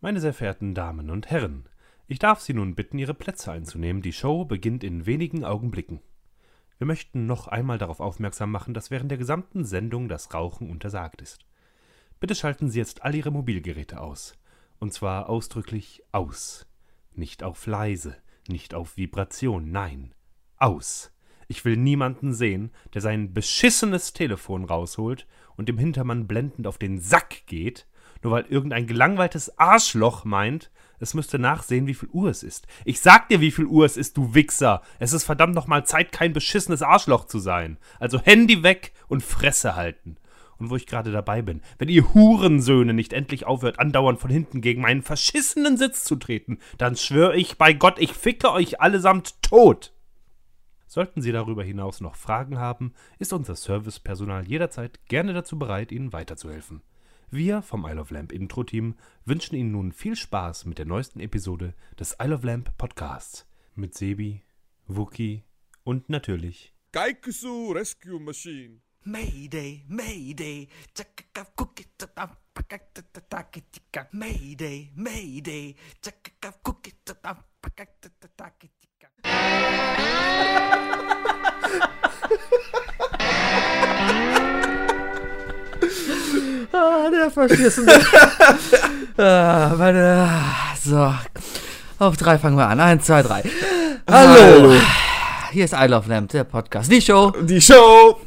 Meine sehr verehrten Damen und Herren, ich darf Sie nun bitten, Ihre Plätze einzunehmen. Die Show beginnt in wenigen Augenblicken. Wir möchten noch einmal darauf aufmerksam machen, dass während der gesamten Sendung das Rauchen untersagt ist. Bitte schalten Sie jetzt all Ihre Mobilgeräte aus. Und zwar ausdrücklich aus. Nicht auf leise, nicht auf Vibration, nein, aus. Ich will niemanden sehen, der sein beschissenes Telefon rausholt und dem Hintermann blendend auf den Sack geht, nur weil irgendein gelangweiltes Arschloch meint, es müsste nachsehen, wie viel Uhr es ist. Ich sag dir, wie viel Uhr es ist, du Wichser. Es ist verdammt nochmal Zeit, kein beschissenes Arschloch zu sein. Also Handy weg und Fresse halten. Und wo ich gerade dabei bin, wenn ihr Hurensöhne nicht endlich aufhört, andauernd von hinten gegen meinen verschissenen Sitz zu treten, dann schwöre ich bei Gott, ich ficke euch allesamt tot. Sollten Sie darüber hinaus noch Fragen haben, ist unser Servicepersonal jederzeit gerne dazu bereit, Ihnen weiterzuhelfen. Wir vom Isle of Lamp Intro Team wünschen Ihnen nun viel Spaß mit der neuesten Episode des Isle of Lamp Podcasts mit Sebi, Wookie und natürlich Gaikusu Rescue Machine. Mayday, Mayday, Chakaka Cookie, Tatam, Pakatatakitika. Mayday, Mayday, Chakaka Cookie, Tatam, Pakatatakitika. Ah, der verschissene. ah, meine, so, auf drei fangen wir an. Eins, zwei, drei. Hallo. Hier ist I Love Lamp, der Podcast. Die Show. Die Show!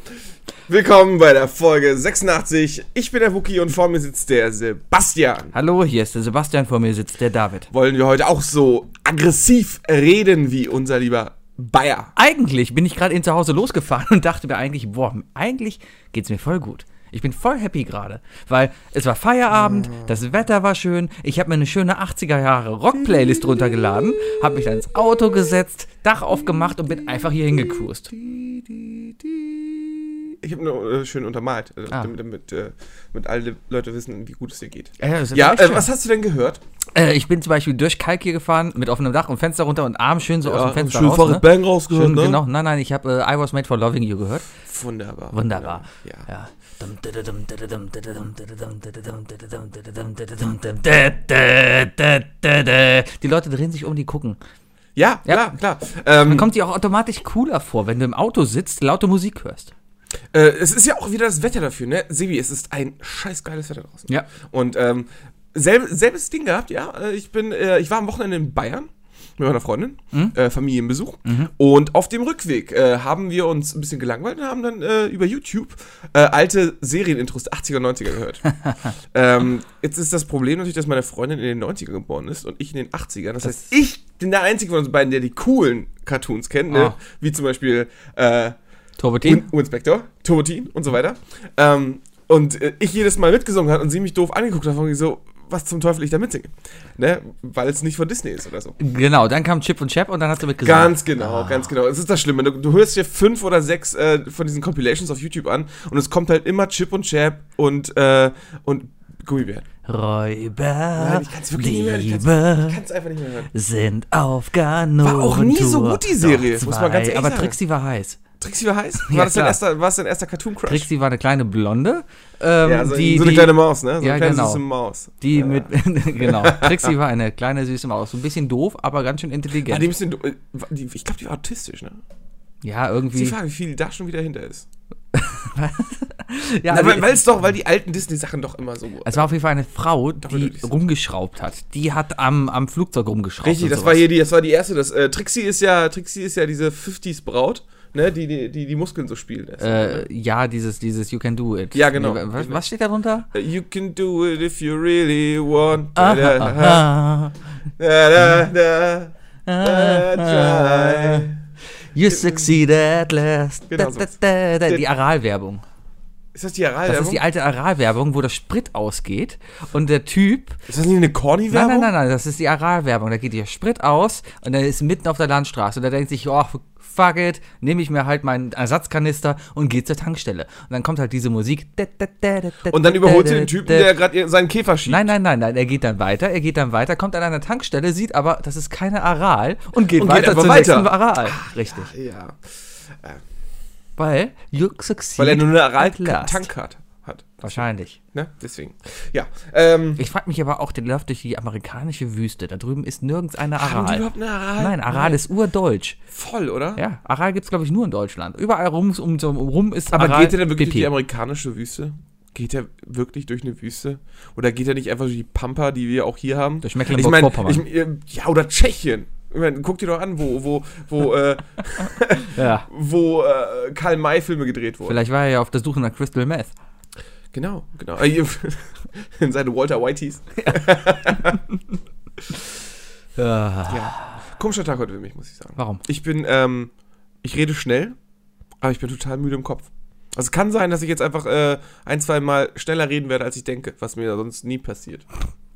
Willkommen bei der Folge 86. Ich bin der Wookie und vor mir sitzt der Sebastian. Hallo, hier ist der Sebastian, vor mir sitzt der David. Wollen wir heute auch so aggressiv reden wie unser lieber Bayer? Eigentlich bin ich gerade in zu Hause losgefahren und dachte mir eigentlich, boah, eigentlich geht's mir voll gut. Ich bin voll happy gerade, weil es war Feierabend, das Wetter war schön, ich habe mir eine schöne 80er Jahre Rock-Playlist runtergeladen, habe mich dann ins Auto gesetzt, Dach aufgemacht und bin einfach hier hingecruised. Ich habe nur äh, schön untermalt, äh, Ah. damit, damit, äh, damit alle Leute wissen, wie gut es dir geht. Ja, das ist Ja, echt äh, schön. was hast du denn gehört? Äh, ich bin zum Beispiel durch Kalk hier gefahren, mit offenem Dach und Fenster runter und Arm schön so aus dem Fenster raus. ne? Bang rausgehört, schön, genau. Nein, nein, ich habe äh, I Was Made for Loving You gehört. Wunderbar. Wunderbar. Ja. Ja. Die Leute drehen sich um, die gucken. Ja, Ja. klar, klar. Dann Ähm, kommt dir auch automatisch cooler vor, wenn du im Auto sitzt, laute Musik hörst. äh, es ist ja auch wieder das Wetter dafür, ne? Sebi, es ist ein scheiß geiles Wetter draußen. Ja. Und ähm, selb, selbes Ding gehabt, ja. Äh, Ich bin, äh, ich war am Wochenende in Bayern mit meiner Freundin, äh, Familienbesuch. Und auf dem Rückweg äh, haben wir uns ein bisschen gelangweilt und haben dann äh, über YouTube äh, alte Serienintros der 80er und 90er gehört. ähm, jetzt ist das Problem natürlich, dass meine Freundin in den 90ern geboren ist und ich in den 80ern. Das, heißt, ich bin der Einzige von uns beiden, der die coolen Cartoons kennt, ne? Ah. Wie zum Beispiel äh, Turbotin. U- U-Inspektor, Turbotin und so weiter. Ähm, und äh, ich jedes Mal mitgesungen hat und sie mich doof angeguckt hat und so, was zum Teufel ich da mitsinge. Ne? Weil es nicht von Disney ist oder so. Genau, dann kam Chip und Chap und dann hast du mitgesungen. Ganz Ah. genau, ganz genau. Es ist das Schlimme. Du, du hörst dir fünf oder sechs äh, von diesen Compilations auf YouTube an und es kommt halt immer Chip und Chap und, äh, und Gummibär. Räuber, Nein, ich kann's wirklich nicht mehr, ich kann's- Ich Diebe kann es einfach nicht mehr hören. sind auf Ganoventour. War auch nie so gut, die Serie, Doch, muss man ganz zwei, ehrlich Aber sagen. Trixie war heiß. Trixie war heiß? War Ja, das dein klar. erster, war das dein erster Cartoon-Crush? Trixie war eine kleine Blonde. Ähm, ja, so, die, so eine die, kleine Maus, ne? So ja, eine kleine genau. süße Maus. Die ja. Ah, mit, genau, Trixie war eine kleine süße Maus. So ein bisschen doof, aber ganz schön Ah, die intelligent. bisschen, du- äh, die, ich glaube, die war autistisch, ne? Ja, Ist die irgendwie. Frage, wie viel da schon wieder hinter ist. Ja, Na, also, weil weil es doch, weil die alten Disney-Sachen doch immer so. es war auf jeden Fall eine Frau, würde die ich sagen. rumgeschraubt hat. Die hat am, am Flugzeug rumgeschraubt. Richtig, und das sowas. war hier die, das war die erste. Das, äh, Trixie ist ja, Trixie ist ja diese 50s Braut, ne, die die, die, die Muskeln so spielt. Äh, ja, dieses, dieses You can do it. Ja, genau. Nee, was, was steht da drunter? You can do it if you really want. Ah. Da, da, da, Aha, da, da, da, aha. try. ah, You succeed at last. Genau Da, da, sowas. da, da. Die Aralwerbung. Ist das die Aral? Das ist die alte Aralwerbung, wo der Sprit ausgeht und der Typ ist das nicht eine Nein, Corny-Werbung? nein, nein, nein, das ist die Aral-Werbung. Da geht ihr Sprit aus und dann ist mitten auf der Landstraße. Und da denkt sich, oh, fuck it, nehme ich mir halt meinen Ersatzkanister und gehe zur Tankstelle. Und dann kommt halt diese Musik. Und dann überholt Äh, sie den Typen, der gerade seinen Käfer schiebt. Nein, nein, nein, nein, er geht dann weiter, er geht dann weiter, kommt an einer Tankstelle, sieht aber, das ist keine Aral und geht Und geht weiter einfach zur weiter. nächsten Aral. Richtig. Ja, Weil, you succeed weil er nur eine at last. Aral-Tank hat. hat. Wahrscheinlich. Ne? Deswegen. Ja. Ähm, Ich frage mich aber auch, der läuft durch die amerikanische Wüste. Da drüben ist nirgends eine haben die Aral. überhaupt eine Aral? Nein, Aral ist urdeutsch. Voll, oder? Ja, Aral gibt's glaube ich, nur in Deutschland. Überall rum, um, um, rum ist Aber Aral geht er denn wirklich durch Pipi. die amerikanische Wüste? Geht er wirklich durch eine Wüste? Oder geht er nicht einfach durch die Pampa, die wir auch hier haben? Durch ich mein, Mecklenburg-Vorpommern. ich, äh, Ja, oder Tschechien. Ich mein, guck dir doch an, wo, wo, wo, äh, Ja. wo äh, Karl-May-Filme gedreht wurden. Vielleicht war er ja auf der Suche nach Crystal Meth. Genau, genau. Äh, In seine Walter Whiteys. Ja. Ja. Komischer Tag heute für mich, muss ich sagen. Warum? Ich bin, ähm, ich rede schnell, aber ich bin total müde im Kopf. Also es kann sein, dass ich jetzt einfach äh, ein, zwei Mal schneller reden werde, als ich denke, was mir sonst nie passiert.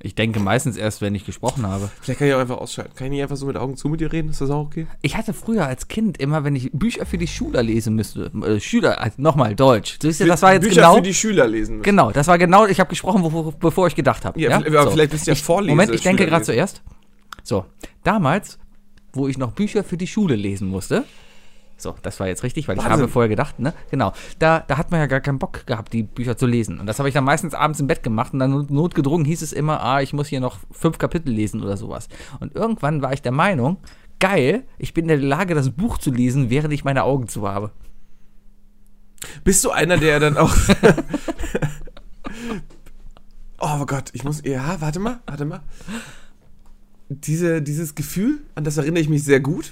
Ich denke meistens erst, wenn ich gesprochen habe. Vielleicht kann ich auch einfach ausschalten. Kann ich nicht einfach so mit Augen zu mit dir reden? Ist das auch okay? Ich hatte früher als Kind immer, wenn ich Bücher für die Schüler lesen müsste, äh, Schüler, äh, nochmal Deutsch. Siehst du, das war jetzt Bücher genau. für die Schüler lesen. müssen. Genau, das war genau, ich habe gesprochen, wo, wo, bevor ich gedacht habe. Ja, vielleicht- aber vielleicht bist du ja ich, Vorlese- Moment, ich denke Schüler gerade gewesen. zuerst. So, damals, wo ich noch Bücher für die Schule lesen musste, so, das war jetzt richtig, weil ich Wahnsinn. habe vorher gedacht, ne? Genau, da, da hat man ja gar keinen Bock gehabt, die Bücher zu lesen. Und das habe ich dann meistens abends im Bett gemacht und dann not- notgedrungen hieß es immer, ah, ich muss hier noch fünf Kapitel lesen oder sowas. Und irgendwann war ich der Meinung, geil, ich bin in der Lage, das Buch zu lesen, während ich meine Augen zu habe. Bist du einer, der dann auch. oh Gott, ich muss. Ja, warte mal, warte mal. Diese, dieses Gefühl, an das erinnere ich mich sehr gut.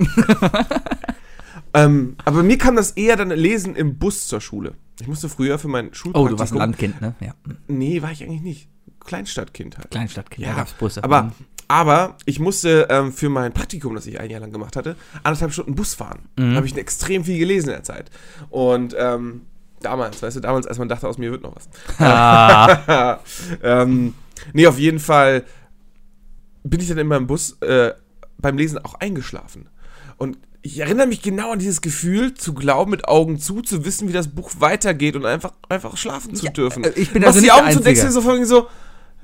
ähm, aber mir kam das eher dann lesen im Bus zur Schule. Ich musste früher für mein Oh, Schulpraktikum. du warst ein Landkind, ne? Ja, Nee, war ich eigentlich nicht. Kleinstadtkind halt. Kleinstadtkind, Ja, da gab's Busse. Mhm. aber, aber ich musste ähm, für mein Praktikum, das ich ein Jahr lang gemacht hatte, anderthalb Stunden Bus fahren. Mhm. Da habe ich extrem viel gelesen in der Zeit. Und ähm, damals, weißt du, damals, als man dachte, aus mir wird noch was. Ah. ähm, nee, auf jeden Fall bin ich dann in meinem Bus äh, beim Lesen auch eingeschlafen. Und ich erinnere mich genau an dieses Gefühl, zu glauben, mit Augen zu, zu wissen, wie das Buch weitergeht und einfach, einfach schlafen zu Ja, dürfen. äh, ich bin Machst also die nicht Augen der zu denkst Einzige. dir so folgendes so,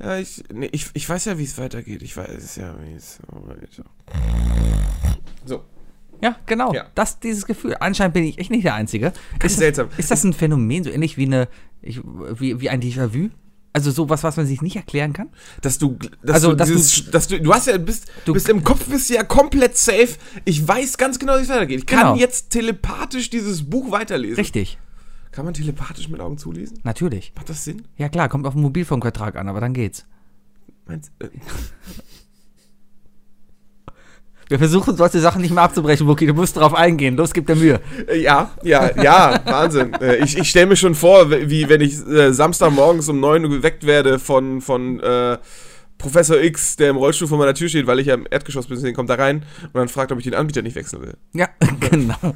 ja, ich, nee, ich, ich weiß ja, wie es weitergeht. Ich weiß ja, wie es weitergeht. So, Ja, genau. Ja. Das, dieses Gefühl. Anscheinend bin ich echt nicht der Einzige. ganz ist, seltsam. Das, ist das ein Phänomen, so ähnlich wie, eine, ich, wie, wie ein Déjà-vu? Also sowas, was man sich nicht erklären kann? Dass du, gl- dass Also, du, dass dieses, dass du, du hast ja, bist, Du- bist im Kopf bist du ja komplett safe. Ich weiß ganz genau, wie es weitergeht. Ich kann Genau. jetzt telepathisch dieses Buch weiterlesen. Richtig, Kann man telepathisch mit Augen zulesen? natürlich. Macht das Sinn? Ja klar, kommt auf den Mobilfunkvertrag an, aber dann geht's. Meinst, äh, Wir versuchen solche Sachen nicht mehr abzubrechen, Wookie. Du musst drauf eingehen. Los, gib dir Mühe. äh, ja, ja, ja, Wahnsinn. Äh, ich ich stelle mir schon vor, wie wie wenn ich äh, Samstagmorgens um 9 Uhr geweckt werde von, von äh, Professor X, der im Rollstuhl vor meiner Tür steht, weil ich ja im Erdgeschoss bin, deswegen kommt da rein und dann fragt, ob ich den Anbieter nicht wechseln will. Ja, genau.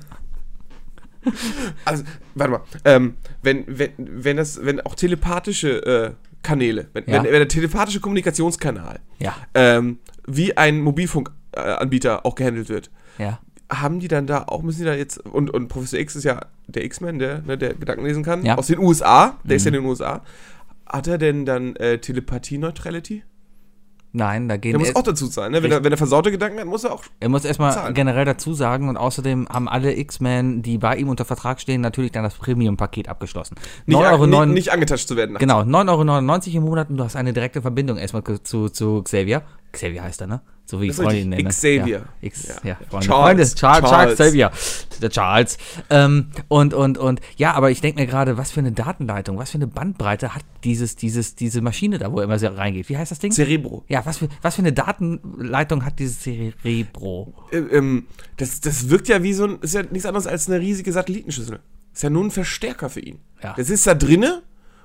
Also, warte mal. Ähm, wenn, wenn, wenn, das, wenn auch telepathische äh, Kanäle, wenn, Ja. wenn, wenn der telepathische Kommunikationskanal Ja, ähm, wie ein Mobilfunkanbieter auch gehandelt wird, ja. haben die dann da auch, müssen die da jetzt, und, und Professor X ist ja der X-Man, der, ne, der Gedanken lesen kann, Ja. Mhm. aus den USA, der ist ja in den USA. Hat er denn dann äh, Telepathie-Neutrality? Nein, da gehen Der muss auch dazu zahlen, ne? Wenn er, wenn er versaute Gedanken hat, muss er auch. Er muss erstmal Zahlen. generell dazu sagen und außerdem haben alle X-Men, die bei ihm unter Vertrag stehen, natürlich dann das Premium-Paket abgeschlossen. Nicht, an- 9,99 nicht, nicht angetascht zu werden. Genau, 9,99 Euro im Monat und du hast eine direkte Verbindung erstmal zu, zu Xavier. Xavier heißt er, ne? So wie ich Das ist Freunde ihn nenne. richtig. Xavier. Ja, X, ja. Ja. Charles. Freunde. Freunde, Charles, Charles. Charles. Xavier. Der Charles. Ähm, und, und, und, ja, aber ich denke mir gerade, was für eine Datenleitung, was für eine Bandbreite hat dieses, dieses, diese Maschine da, wo er immer so reingeht. Wie heißt das Ding? Cerebro. ja, was für, was für eine Datenleitung hat dieses Cerebro? Äh, ähm, das, das wirkt ja wie so ein, ist ja nichts anderes als eine riesige Satellitenschüssel. Ist ja nur ein Verstärker für ihn. Ja. Das ist da drinne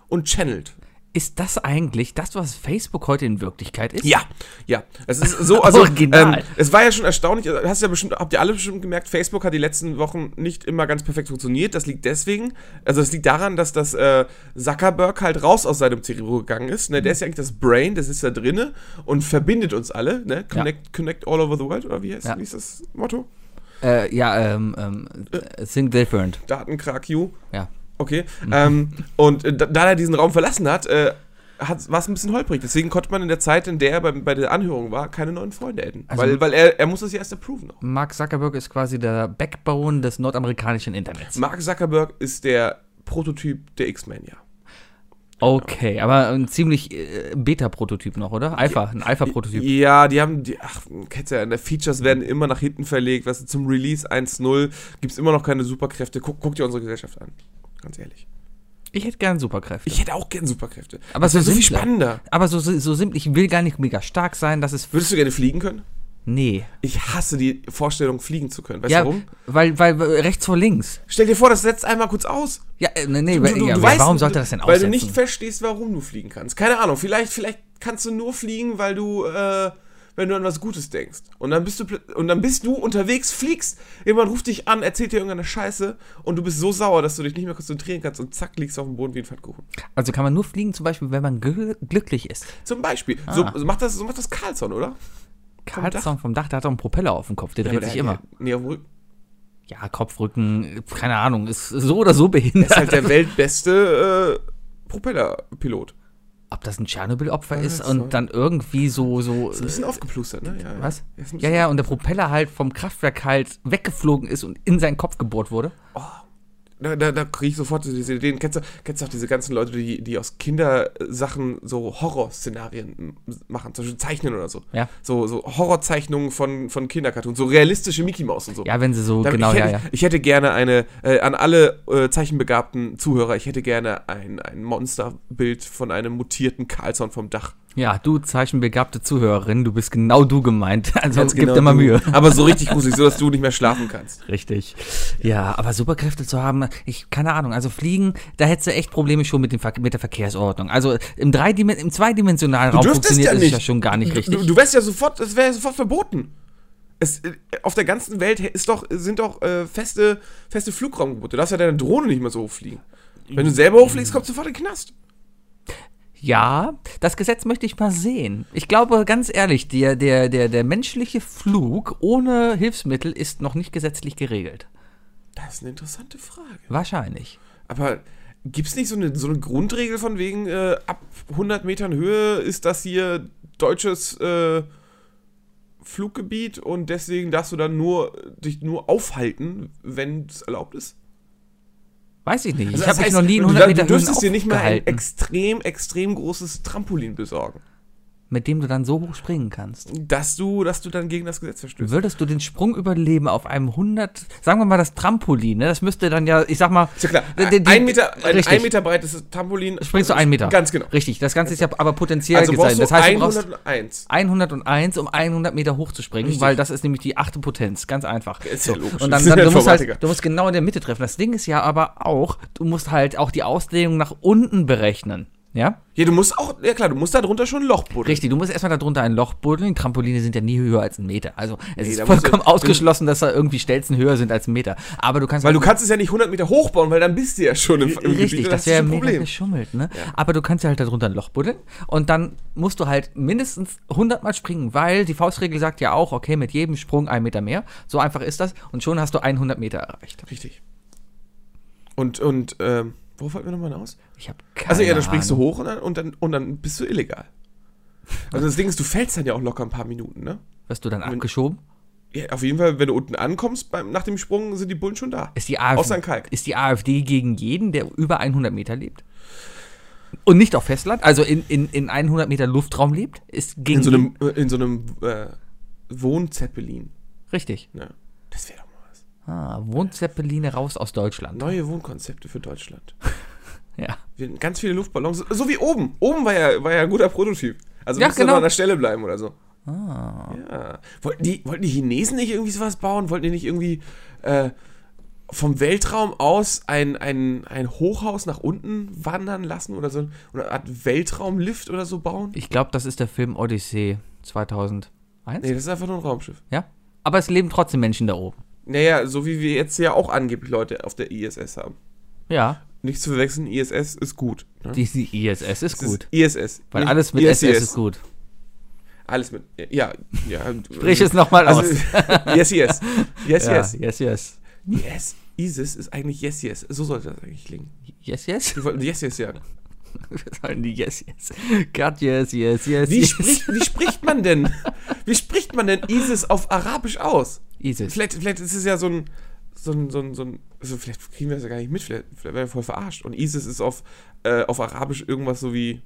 und channelt. Ist das eigentlich das, was Facebook heute in Wirklichkeit ist? Ja, ja. Es ist so, also Original. ähm, es war ja schon erstaunlich. also Hast ja bestimmt, habt ihr alle bestimmt gemerkt, Facebook hat die letzten Wochen nicht immer ganz perfekt funktioniert. Das liegt deswegen, also es liegt daran, dass das äh, Zuckerberg halt raus aus seinem Cerebro gegangen ist. Ne? Der ist ja eigentlich das Brain, das ist da drinne und verbindet uns alle. Ne? Connect, connect all over the world oder wie heißt Ja. wie ist das Motto? Äh, ja, ähm, ähm, äh, Think Different. Datenkrak you. Ja. Okay. Mhm. Ähm, und äh, da, da er diesen Raum verlassen hat, äh, hat- war es ein bisschen holprig. Deswegen konnte man in der Zeit, in der er bei, bei der Anhörung war, keine neuen Freunde adden. Also- weil weil er, er muss das ja erst approven. Noch. Mark Zuckerberg ist quasi der Backbone des nordamerikanischen Internets. Mark Zuckerberg ist der Prototyp der X-Men, ja. Okay, aber ein ziemlich äh, Beta-Prototyp noch, oder? Alpha, ein Alpha-Prototyp. Ja, die haben, die, ach, kennst ja, der Features werden immer nach hinten verlegt, weißt du, zum Release 1.0 gibt es immer noch keine Superkräfte. Guck, guck dir unsere Gesellschaft an. Ganz ehrlich. Ich hätte gern Superkräfte. Ich hätte auch gerne Superkräfte. Aber Das so wär so viel simpler. spannender. aber so, so so simpel, ich will gar nicht mega stark sein, das ist. Würdest du gerne fliegen können? Nee. Ich hasse die Vorstellung, fliegen zu können. Weißt du Ja, warum? weil, weil, weil rechts vor links. Stell dir vor, das setzt einmal kurz aus. Ja, äh, nee, nee, weil- ja, warum sollte das denn Weil aussetzen? du nicht verstehst, warum du fliegen kannst. Keine Ahnung, vielleicht, vielleicht kannst du nur fliegen, weil du, äh, wenn du an was Gutes denkst. Und dann bist du pl- und dann bist du unterwegs, fliegst, jemand ruft dich an, erzählt dir irgendeine Scheiße und du bist so sauer, dass du dich nicht mehr konzentrieren kannst und zack, liegst du auf dem Boden wie ein Pfannkuchen. also kann man nur fliegen, zum Beispiel, wenn man gl glücklich ist. Zum Beispiel. Ah. So, so, macht das, so macht das Carlson, oder? Karlsson vom Dach, der hat doch einen Propeller auf dem Kopf, der dreht Aber sich der- immer. Nee, auf dem Rücken. Ja, Kopfrücken, keine Ahnung, ist so oder so behindert. ist halt der weltbeste äh, Propellerpilot. Ob das ein Tschernobyl-Opfer ist so. und dann irgendwie so, so. Ein bisschen aufgeplustert, ne? Ja, ja. Was? Ja, ist ein Ja, bisschen- ja, und der Propeller halt vom Kraftwerk halt weggeflogen ist und in seinen Kopf gebohrt wurde. Da, da, da kriege ich sofort so diese Ideen. Kennst du, kennst du auch diese ganzen Leute, die, die aus Kindersachen so Horrorszenarien m- machen, zum Beispiel zeichnen oder so. Ja. So, so Horrorzeichnungen von, von Kindercartoons, so realistische Mickey Maus und so. Ja, wenn sie so, Damit- genau, ich hätte, ja, ja. Ich hätte gerne eine, äh, an alle äh, zeichenbegabten Zuhörer, ich hätte gerne ein, ein Monsterbild von einem mutierten Carlson vom Dach. Ja, du zeichenbegabte Zuhörerin, du bist genau du gemeint. Also Ganz gib genau dir mal du. Mühe. Aber so richtig gruselig, so dass du nicht mehr schlafen kannst. Richtig. Ja, aber Superkräfte zu haben, ich keine Ahnung. Also fliegen, da hättest du echt Probleme schon mit, dem Ver mit der Verkehrsordnung. Also im, Dreidime im zweidimensionalen Raum dürftest funktioniert ja es nicht. ja schon gar nicht richtig. Du, du wärst ja sofort, es wäre ja sofort verboten. Es, äh, auf der ganzen Welt ist doch, sind doch äh, feste, feste Flugraumgebote. Du darfst ja deine Drohne nicht mehr so hochfliegen. Wenn du selber hochfliegst, kommst du sofort in den Knast. Ja, das Gesetz möchte ich mal sehen. Ich glaube, ganz ehrlich, der, der, der, der menschliche Flug ohne Hilfsmittel ist noch nicht gesetzlich geregelt. Das ist eine interessante Frage. Wahrscheinlich. Aber gibt es nicht so eine, so eine Grundregel von wegen, äh, ab 100 Metern Höhe ist das hier deutsches äh, Fluggebiet und deswegen darfst du dann nur, dich nur aufhalten, wenn es erlaubt ist? Weiß ich nicht. Also ich habe das mich noch nie in du- 100 Meter Du dürftest dir nicht mal ein aufgehalten, extrem, extrem großes Trampolin besorgen. mit dem du dann so hoch springen kannst. Dass du, dass du dann gegen das Gesetz verstößt. Würdest du den Sprung überleben auf einem 100, sagen wir mal das Trampolin, ne? das müsste dann ja, ich sag mal, Ist ja klar. d- d- d- ein, Meter, ein, richtig. ein Meter breites Trampolin. springst du einen Meter. Ganz genau. Richtig, das Ganze ist ja aber potenziell Also brauchst gezeichnet. du Das heißt, du brauchst 101. 101, um 100 Meter hochzuspringen, weil das ist nämlich die achte Potenz, ganz einfach. Ist So. ja logisch. Und dann, Das ist dann ja du musst Informatiker. halt, du musst genau in der Mitte treffen. Das Ding ist ja aber auch, du musst halt auch die Ausdehnung nach unten berechnen. Ja, Ja, du musst auch, ja klar, du musst da drunter schon ein Loch buddeln. richtig. Du musst erstmal darunter ein Loch buddeln. Die Trampoline sind ja nie höher als ein Meter. Also es Nee, ist da musst du- vollkommen ausgeschlossen, dass da irgendwie Stelzen höher sind als ein Meter. Aber du kannst halt Weil du kannst es ja nicht 100 Meter hochbauen, weil dann bist du ja schon im, im Richtig, und das ist wäre ein mega Problem. geschummelt, ne? Aber du kannst ja halt darunter ein Loch buddeln und dann musst du halt mindestens 100 Mal springen, weil die Faustregel sagt ja auch, okay, mit jedem Sprung ein Meter mehr. So einfach ist das und schon hast du 100 Meter erreicht. Richtig. Und, und, ähm, wo fällt mir nochmal aus? Ich habe keine Also ja, dann springst du hoch und dann, und dann, und dann bist du illegal. Also das Ding ist, du fällst dann ja auch locker ein paar Minuten, ne? Wirst du dann abgeschoben? Ja, auf jeden Fall, wenn du unten ankommst, beim, nach dem Sprung sind die Bullen schon da. Ist die, Außer AfD, in Kalk. ist die AfD gegen jeden, der über 100 Meter lebt? Und nicht auf Festland, also in, in, in 100 Meter Luftraum lebt? Ist gegen In so einem, äh, in so einem äh, Wohnzeppelin. Richtig. Ne? Das wäre doch mal was. Ah, Wohnzeppeline raus aus Deutschland. Neue Wohnkonzepte für Deutschland. Ja. Wir hatten ganz viele Luftballons, so wie oben. Oben war ja, war ja ein guter Prototyp. Also Ja, musst du genau. noch an der Stelle bleiben oder so. Ah. Ja. Wollten die, wollten die Chinesen nicht irgendwie sowas bauen? Wollten die nicht irgendwie äh, vom Weltraum aus ein, ein, ein Hochhaus nach unten wandern lassen oder so? Oder eine Art Weltraumlift oder so bauen? Ich glaube, das ist der Film Odyssee 2001. Nee, das ist einfach nur ein Raumschiff. Ja. Aber es leben trotzdem Menschen da oben. Naja, so wie wir jetzt ja auch angeblich Leute auf der ISS haben. Ja. Nicht zu verwechseln, ISS ist gut. Ne? Die, die ISS ist Das gut. Ist ISS. Weil nicht alles mit ISS. SS ist gut. Alles mit. Ja, ja. Sprich es nochmal Also, aus. yes, yes. Yes, Ja, yes. yes, yes. Yes. ISIS ist eigentlich yes, yes. So sollte das eigentlich klingen. Yes, yes? Wir wollten yes, yes sagen. Wir sollen die Yes, yes. God, yes, yes, yes. Wie, yes. spricht, wie spricht man denn? Wie spricht man denn ISIS auf Arabisch aus? ISIS. Hm. Vielleicht, vielleicht ist es ja so ein, so ein, so ein, so ein also vielleicht kriegen wir das ja gar nicht mit, vielleicht, vielleicht werden wir voll verarscht. Und Isis ist auf, äh, auf Arabisch irgendwas so wie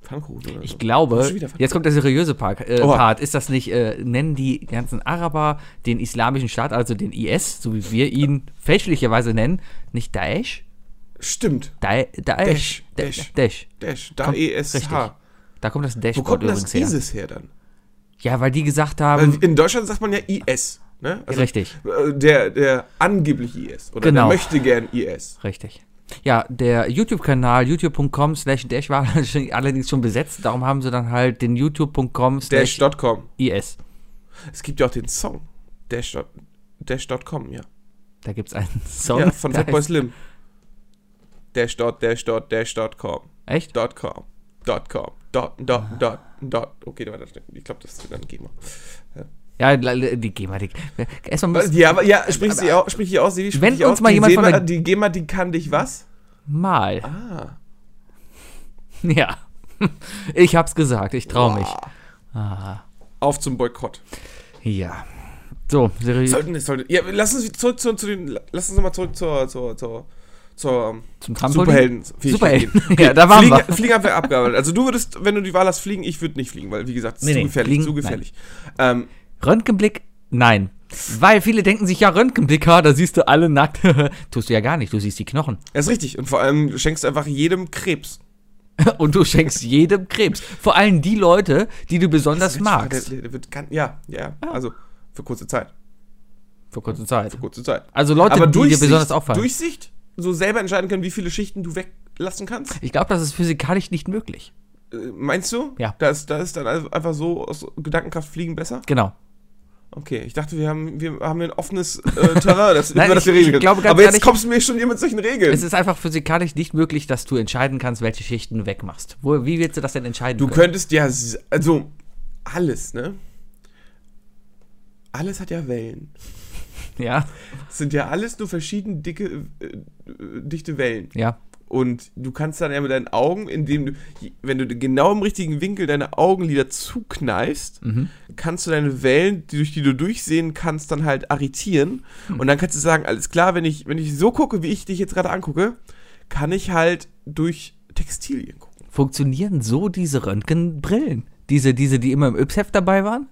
Pfannkuchen oder so. Ich glaube, Schon wieder Pfannkuchen. jetzt kommt der seriöse Part. Äh, Oha. Part. Ist das nicht, äh, nennen die ganzen Araber den islamischen Staat, also den IS, so wie wir ihn fälschlicherweise nennen, nicht Daesh? Stimmt. Da Daesh. Daesh, Da- Daesh. Daesh. Dash, da Kommt- richtig. ESH. Da kommt das Wo kommt Dash-Wort denn übrigens das her. ISIS her dann? Ja, weil die gesagt Also haben, in Deutschland sagt man ja IS. Ne? Also, Richtig. äh, Der, der angeblich IS. Oder Genau. der möchte gern IS. Richtig. Ja, der YouTube-Kanal youtube.com slash dash war allerdings schon besetzt, darum haben sie dann halt den youtube.com slash Dash.com. is. Es gibt ja auch den Song. Dash. dot- Dash.com, ja. Da gibt's einen Song. ja, von der Fatboy heißt- Slim. Dash dot, dash dot, dash dot com. Echt? Dot com. Dot com. Dot, dot, Ah. dot, dot. Okay, warte, ich glaube, das ist dann GEMA. Ja, die GEMA, die. Erstmal muss, Äh, Ja, aber, ja, sprich sie au- sprich hier aus, Siri, sprich Wenn hier uns aus. mal die jemand von GEMA, der- Die GEMA, die kann dich was? mal. Ah. Ja. Ich hab's gesagt, ich trau mich. Auf zum Boykott. Ja. So, seriös Sollten, sollten, ja, lass uns zurück zu, zu den, lass uns nochmal zurück zur, zur, zur, zur ähm, zum Trampolin. Superhelden. Superhelden. ja, da waren Fliegen, wir. Fliegen haben wir abgearbeitet. Also du würdest, wenn du die Wahl hast, fliegen, ich würde nicht fliegen, weil wie gesagt, es ist Nee, zu nee, gefährlich, fliegen, zu gefährlich. Ähm, Röntgenblick, nein. Weil viele denken sich, ja, Röntgenblick, ha, da siehst du alle nackt. Tust du ja gar nicht, du siehst die Knochen. das ist richtig. Und vor allem schenkst du einfach jedem Krebs. Und du schenkst jedem Krebs. Vor allem die Leute, die du besonders Mensch, magst. Ah. Der, der wird kann, ja, ja, Also für kurze Zeit. Vor kurzer Zeit. Kurze Zeit. Also Leute, Aber die dir Durchsicht, besonders auffallen. Durchsicht, so selber entscheiden können, wie viele Schichten du weglassen kannst. ich glaube, das ist physikalisch nicht möglich. Äh, meinst du? Ja. Da ist, da ist dann einfach so aus Gedankenkraft fliegen besser? Genau. Okay, ich dachte, wir haben, wir haben hier ein offenes äh, Terrain, das, Nein, über das wir ich- regeln ich können. glaube ganz Aber jetzt ehrlich- kommst du mir schon hier mit solchen Regeln. Es ist einfach physikalisch nicht möglich, dass du entscheiden kannst, welche Schichten du wegmachst. Wo, wie willst du das denn entscheiden? Du können? könntest ja, s- also alles, ne? Alles hat ja Wellen. Ja, Es sind ja alles nur verschieden dicke, äh, äh, dichte Wellen. ja. Und du kannst dann ja mit deinen Augen, indem du, je- wenn du genau im richtigen Winkel deine Augenlider zukneifst, Mhm. kannst du deine Wellen, die, durch die du durchsehen kannst, dann halt arretieren. Hm. Und dann kannst du sagen, alles klar, wenn ich, wenn ich so gucke, wie ich dich jetzt gerade angucke, kann ich halt durch Textilien gucken. Funktionieren so diese Röntgenbrillen? Diese, diese, die immer im Yps-Heft dabei waren?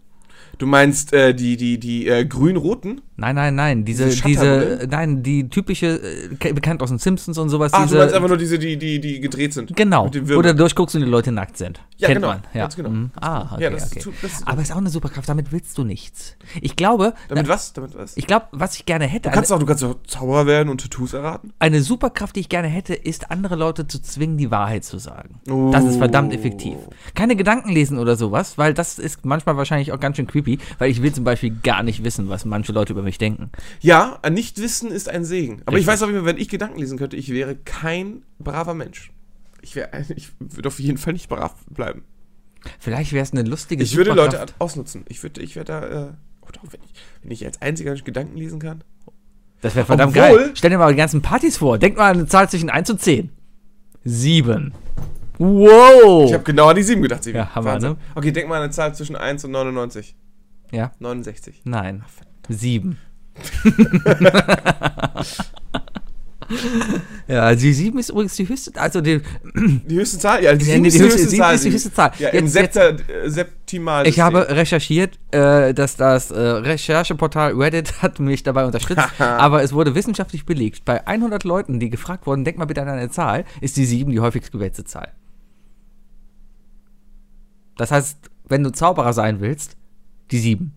Du meinst äh, die, die, die äh, grün-roten? Nein, nein, nein. Diese, Diese diese, Shutterbrillen? nein, die typische, äh, ke- bekannt aus den Simpsons und sowas. Ach, diese, Ah, du meinst einfach nur diese, die, die, die gedreht sind. Genau. Mit dem Oder Wirbel. durchguckst und die Leute nackt sind. Ja, Kennt genau. man. Ja. Ganz genau. Mhm. Ah, okay, Ja, das okay. tut- das- Aber ist auch eine Superkraft, damit willst du nichts. Ich glaube, Damit na, was? Damit was? ich glaube, was ich gerne hätte, Du kannst auch, du kannst auch Zauberer werden und Tattoos erraten. eine Superkraft, die ich gerne hätte, ist, andere Leute zu zwingen, die Wahrheit zu sagen. Oh. Das ist verdammt effektiv. Keine Gedanken lesen oder sowas, weil das ist manchmal wahrscheinlich auch ganz schön creepy, weil ich will zum Beispiel gar nicht wissen, was manche Leute über mich denken. Ja, ein Nichtwissen ist ein Segen. Aber ich Richtig. weiß auf jeden Fall, wenn ich Gedanken lesen könnte, ich wäre kein braver Mensch. Ich, wär, ein- ich würde auf jeden Fall nicht brav bleiben. Vielleicht wäre es eine lustige Ich würde Superkraft. Leute ausnutzen. Ich würde, ich wäre da, äh, oh doch, wenn ich, wenn ich als einziger Mensch Gedanken lesen kann. Das wäre verdammt Obwohl- geil. Stell dir mal die ganzen Partys vor. Denk mal an eine Zahl zwischen 1 und 10. 7. Wow. Ich habe genau an die 7 gedacht. Sieben. Oh. Ja, Hammer, Wahnsinn. ne? Okay, denk mal an eine Zahl zwischen 1 und 99. ja, 69. nein. 7. ja, die 7 ist übrigens die höchste, also die, Die höchste Zahl? Ja, die Ja, sieben nee, ist die die höchste- höchste sieben Zahl. ist die höchste Zahl. Ja, im Jetzt- jetzt- Septa- äh, Septimal. Ich habe recherchiert, äh, dass das äh, Rechercheportal Reddit hat mich dabei unterstützt, aber es wurde wissenschaftlich belegt. Bei 100 Leuten, die gefragt wurden, denk mal bitte an eine Zahl, ist die 7 die häufigst gewählte Zahl. Das heißt, wenn du Zauberer sein willst, die 7.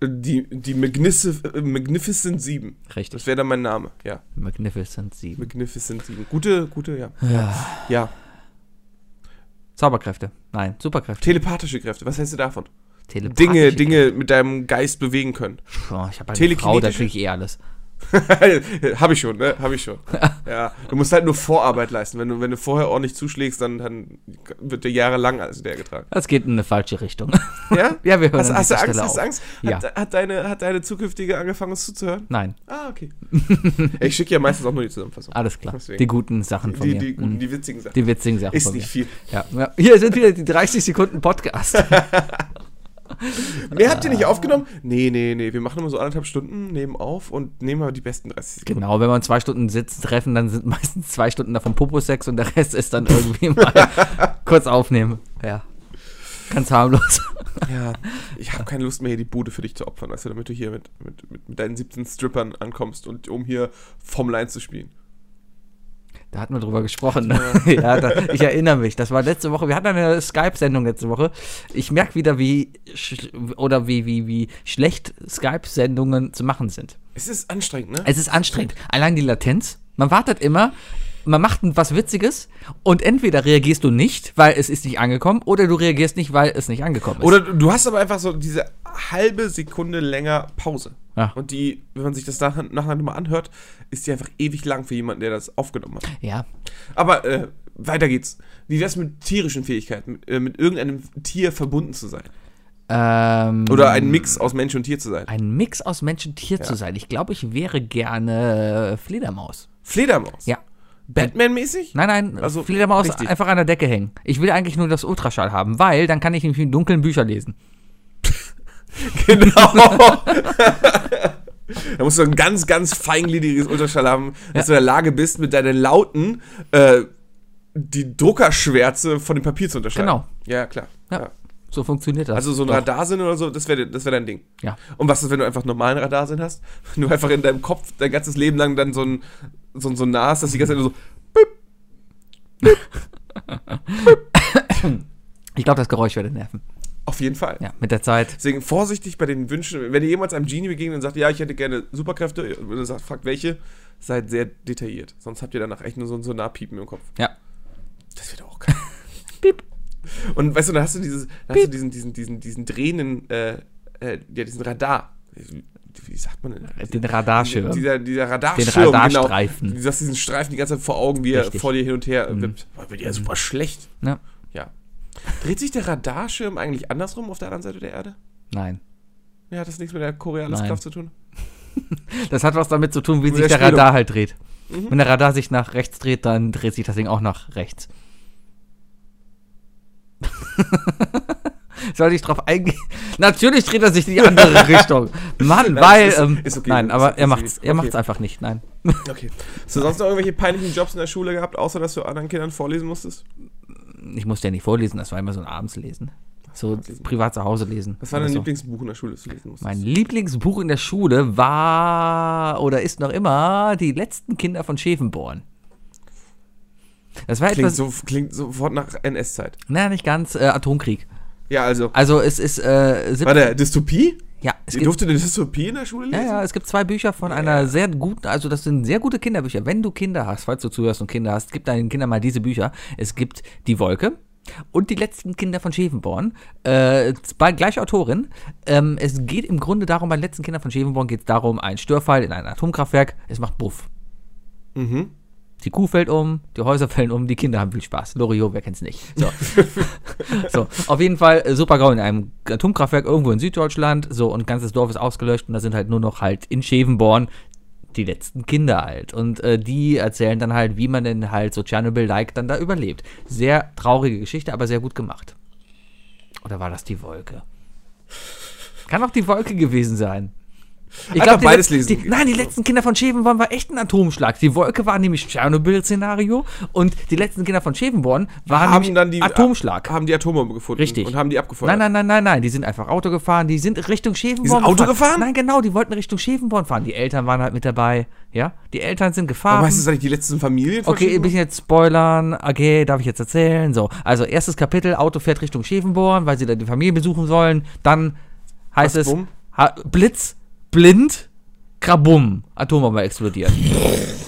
Die, die Magnif Magnificent 7. Richtig. Das wäre dann mein Name, ja. Magnificent 7. Magnificent 7. Gute, gute, ja. Ja. Ja. Zauberkräfte. Nein, Superkräfte. Telepathische Kräfte, was hältst du davon? Telepathische Dinge, Dinge mit deinem Geist bewegen können. Kräfte. Oh, ich habe eine Telekinetische- Frau, da kriege ich eh alles. Hab ich schon, ne? Hab ich schon. ja. Du musst halt nur Vorarbeit leisten. Wenn du, wenn du vorher ordentlich zuschlägst, dann, dann wird dir jahrelang alles hinterhergetragen. Das geht in eine falsche Richtung. Ja? ja, wir hören Hast, an hast du dieser Angst? Stelle Hast du auf. Angst? Ja. Hat, hat, deine, hat deine zukünftige angefangen, es zuzuhören? Nein, Ah, okay. ich schicke ja meistens auch nur die Zusammenfassung. alles klar. Deswegen. Die guten Sachen von die, mir. die, Mhm. guten, die witzigen Sachen. Die witzigen Sachen Ist von nicht mir. viel. Ja. Ja. Hier sind wieder die 30 Sekunden Podcast. Mehr habt ihr nicht aufgenommen? Nee, nee, nee. Wir machen immer so anderthalb Stunden, nehmen auf und nehmen aber die besten 30 Sekunden. Genau, wenn man zwei Stunden sitzt, treffen, dann sind meistens zwei Stunden davon Popo-Sex und der Rest ist dann irgendwie mal kurz aufnehmen. Ja. Ganz harmlos. Ja, ich habe keine Lust mehr, hier die Bude für dich zu opfern, weißt du, damit du hier mit, mit, mit, mit deinen 17 Strippern ankommst und um hier Formel 1 zu spielen. Da hatten wir drüber gesprochen. Ne? ja, da, ich erinnere mich. Das war letzte Woche. Wir hatten eine Skype-Sendung letzte Woche. Ich merke wieder, wie sch- oder wie, wie, wie schlecht Skype-Sendungen zu machen sind. Es ist anstrengend, ne? Es ist anstrengend. Allein die Latenz. Man wartet immer, man macht was Witziges und entweder reagierst du nicht, weil es ist nicht angekommen, oder du reagierst nicht, weil es nicht angekommen ist. Oder du hast aber einfach so diese halbe Sekunde länger Pause. Ja. Und die, wenn man sich das nachher, nachher nochmal anhört, ist die einfach ewig lang für jemanden, der das aufgenommen hat. ja. Aber äh, weiter geht's. Wie wär's mit tierischen Fähigkeiten? Mit, äh, mit irgendeinem Tier verbunden zu sein? Ähm, Oder ein Mix aus Mensch und Tier zu sein? ein Mix aus Mensch und Tier zu sein. Ich glaube, ich wäre gerne äh, Fledermaus. Fledermaus? Ja. Batman-mäßig? Nein, nein, Also, Fledermaus richtig. einfach an der Decke hängen. Ich will eigentlich nur das Ultraschall haben, weil dann kann ich nämlich in dunklen Bücher lesen. Genau. da musst du ein ganz, ganz feingliedriges Ultraschall haben, dass du in der Lage bist, mit deinen Lauten äh, die Druckerschwärze von dem Papier zu unterscheiden. Genau. Ja, klar. Ja. So funktioniert das. Also so ein Doch. Radarsinn oder so, das wäre das wär dein Ding. Ja. Und was ist, wenn du einfach normalen Radarsinn hast? Wenn du einfach in deinem Kopf dein ganzes Leben lang dann so ein, so ein, so ein Nah hast, dass die ganze Zeit nur so, Ich glaube, das Geräusch würde nerven. auf jeden Fall. Ja, mit der Zeit. Deswegen vorsichtig bei den Wünschen. Wenn ihr jemals einem Genie begegnet und sagt, ja, ich hätte gerne Superkräfte, und ihr sagt, fragt welche, seid sehr detailliert. Sonst habt ihr danach echt nur so ein Solarpiepen im Kopf. Ja. Das wird auch geil. Piep. Und weißt du, dann hast du, dieses, dann hast du diesen, diesen, diesen, diesen drehenden, äh, äh, ja, diesen Radar. Wie sagt man denn? Den Radarschirm. Dieser, dieser Radarschirm, Den Radarstreifen. Genau. Du hast diesen Streifen die ganze Zeit vor Augen, wie er Richtig. Mhm. vor dir hin und her wippt. Boah, Wird ja super schlecht. Ja. Ja. Dreht sich der Radarschirm eigentlich andersrum auf der anderen Seite der Erde? Nein. Ja, hat das nichts mit der Koreaniskraft Nein. Kraft zu tun? Das hat was damit zu tun, wie Mit sich der der Spülung. Mhm. Radar halt dreht. Wenn der Radar sich nach rechts dreht, dann dreht sich das Ding auch nach rechts. Sollte ich drauf eingehen? Natürlich dreht er sich in die andere Richtung. Mann, Nein, weil. ist- ähm, ist okay. nein, Ist- aber ist er macht's. okay. Er macht's Okay. einfach nicht. Nein. Okay. Hast du sonst noch irgendwelche peinlichen Jobs in der Schule gehabt, außer dass du anderen Kindern vorlesen musstest? Ich musste ja nicht vorlesen, das war immer so ein Abendslesen. So privat zu Hause lesen. Was war Oder dein so. Lieblingsbuch in der Schule, das du lesen musstest? Mein Lieblingsbuch in der Schule war oder ist noch immer Die letzten Kinder von Schäfenborn. Das war klingt, etwas. so, klingt sofort nach NS-Zeit. Na, nicht ganz. Äh, Atomkrieg. Ja, also. Also es ist äh, sieb- Warte, Dystopie? ja, es Ihr gibt, durftet eine Dystopie in der Schule ja, lesen? ja, es gibt zwei Bücher von einer sehr guten, also das sind sehr gute Kinderbücher. Wenn du Kinder hast, falls du zuhörst und Kinder hast, gib deinen Kindern mal diese Bücher. Es gibt Die Wolke und Die letzten Kinder von Schevenborn, äh, bei gleicher Autorin. Ähm, es geht im Grunde darum, bei den letzten Kindern von Schevenborn geht es darum, ein Störfall in einem Atomkraftwerk, es macht Buff. Mhm. Die Kuh fällt um, die Häuser fallen um, die Kinder haben viel Spaß. Loriot, wer kennt's nicht? So. so, auf jeden Fall äh, super grau in einem Atomkraftwerk irgendwo in Süddeutschland. So, und ganzes Dorf ist ausgelöscht und da sind halt nur noch halt in Schevenborn die letzten Kinder halt. Und äh, die erzählen dann halt, wie man denn halt so Tschernobyl-like dann da überlebt. Sehr traurige Geschichte, aber sehr gut gemacht. Oder war das die Wolke? Kann auch die Wolke gewesen sein. Ich Einfach glaub, die beides Let- lesen. Die, nein, die letzten Kinder von Schevenborn war echt ein Atomschlag. Die Wolke war nämlich Tschernobyl-Szenario und die letzten Kinder von Schevenborn waren Haben nämlich dann die Atomschlag. Haben die Atombombe gefunden Richtig. und haben die abgefeuert. Nein, nein, nein, nein, nein. Die sind einfach Auto gefahren. Die sind Richtung Schäfenborn Die sind Auto gefahren? Nein, genau. Die wollten Richtung Schäfenborn fahren. Die Eltern waren halt mit dabei. Ja, die Eltern sind gefahren. Aber weißt du, das eigentlich die letzten Familien von Okay, ein Schule? bisschen jetzt spoilern. Okay, darf ich jetzt erzählen? So, also erstes Kapitel, Auto fährt Richtung Schäfenborn, weil sie da die Familie besuchen sollen. Dann heißt es bumm? ha Blitz, blind, Krabum, Atombombe explodiert.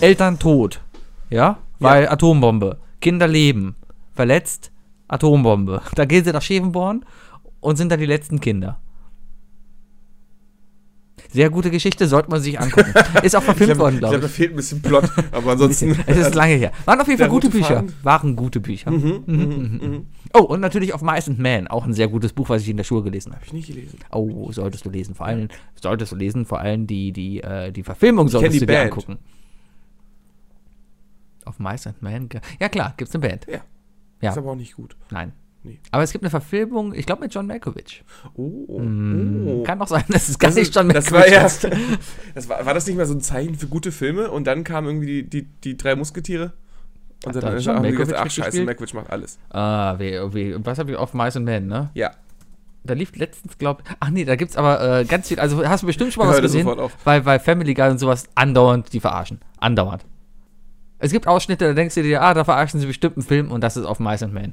Eltern tot. Ja, weil Atombombe. Kinder leben. Verletzt, Atombombe. Da gehen sie nach Schäfenborn und sind dann die letzten Kinder. Sehr gute Geschichte, sollte man sich angucken. Ist auch Ich verfilmt glaube, worden, ich glaube glaub, ich. da fehlt ein bisschen Plot, aber ansonsten. Es ist lange her. Waren auf jeden Der Fall gute rote Bücher. Faden. Waren gute Bücher. Mhm, Oh, und natürlich auf Mice and Man, auch ein sehr gutes Buch, was ich in der Schule gelesen habe. Hab ich nicht gelesen. Oh, solltest du lesen. Vor allem, solltest du lesen, vor allem die, die, äh, die Verfilmung solltest kenn die du dir Band. angucken. Auf Mice and Man? ge- Ja klar, gibt's eine Band. Ja. Ja. Ist aber auch nicht gut. Nein. nie. Aber es gibt eine Verfilmung, ich glaube mit John Malkovich. Oh. oh. Kann auch sein, dass es gar Das nicht ist- John das war Malkovich ja. ist. Das war, war das nicht mal so ein Zeichen für gute Filme? Und dann kamen irgendwie die, die, die drei Musketiere. Und Hat dann da John haben die Malkovich gesagt, ach scheiße, mitgespielt? Mackwitch macht alles. Ah, wie, wie, was habe ich auf Mice and Men, ne? Ja. Da lief letztens, glaub ach nee, da gibt's aber äh, ganz viel, also hast du bestimmt schon mal was Hörte gesehen, sofort auf. weil, weil Family Guy und sowas andauernd die verarschen. Andauernd. Es gibt Ausschnitte, da denkst du dir, ah, da verarschen sie bestimmt einen Film und das ist auf Mice and Men.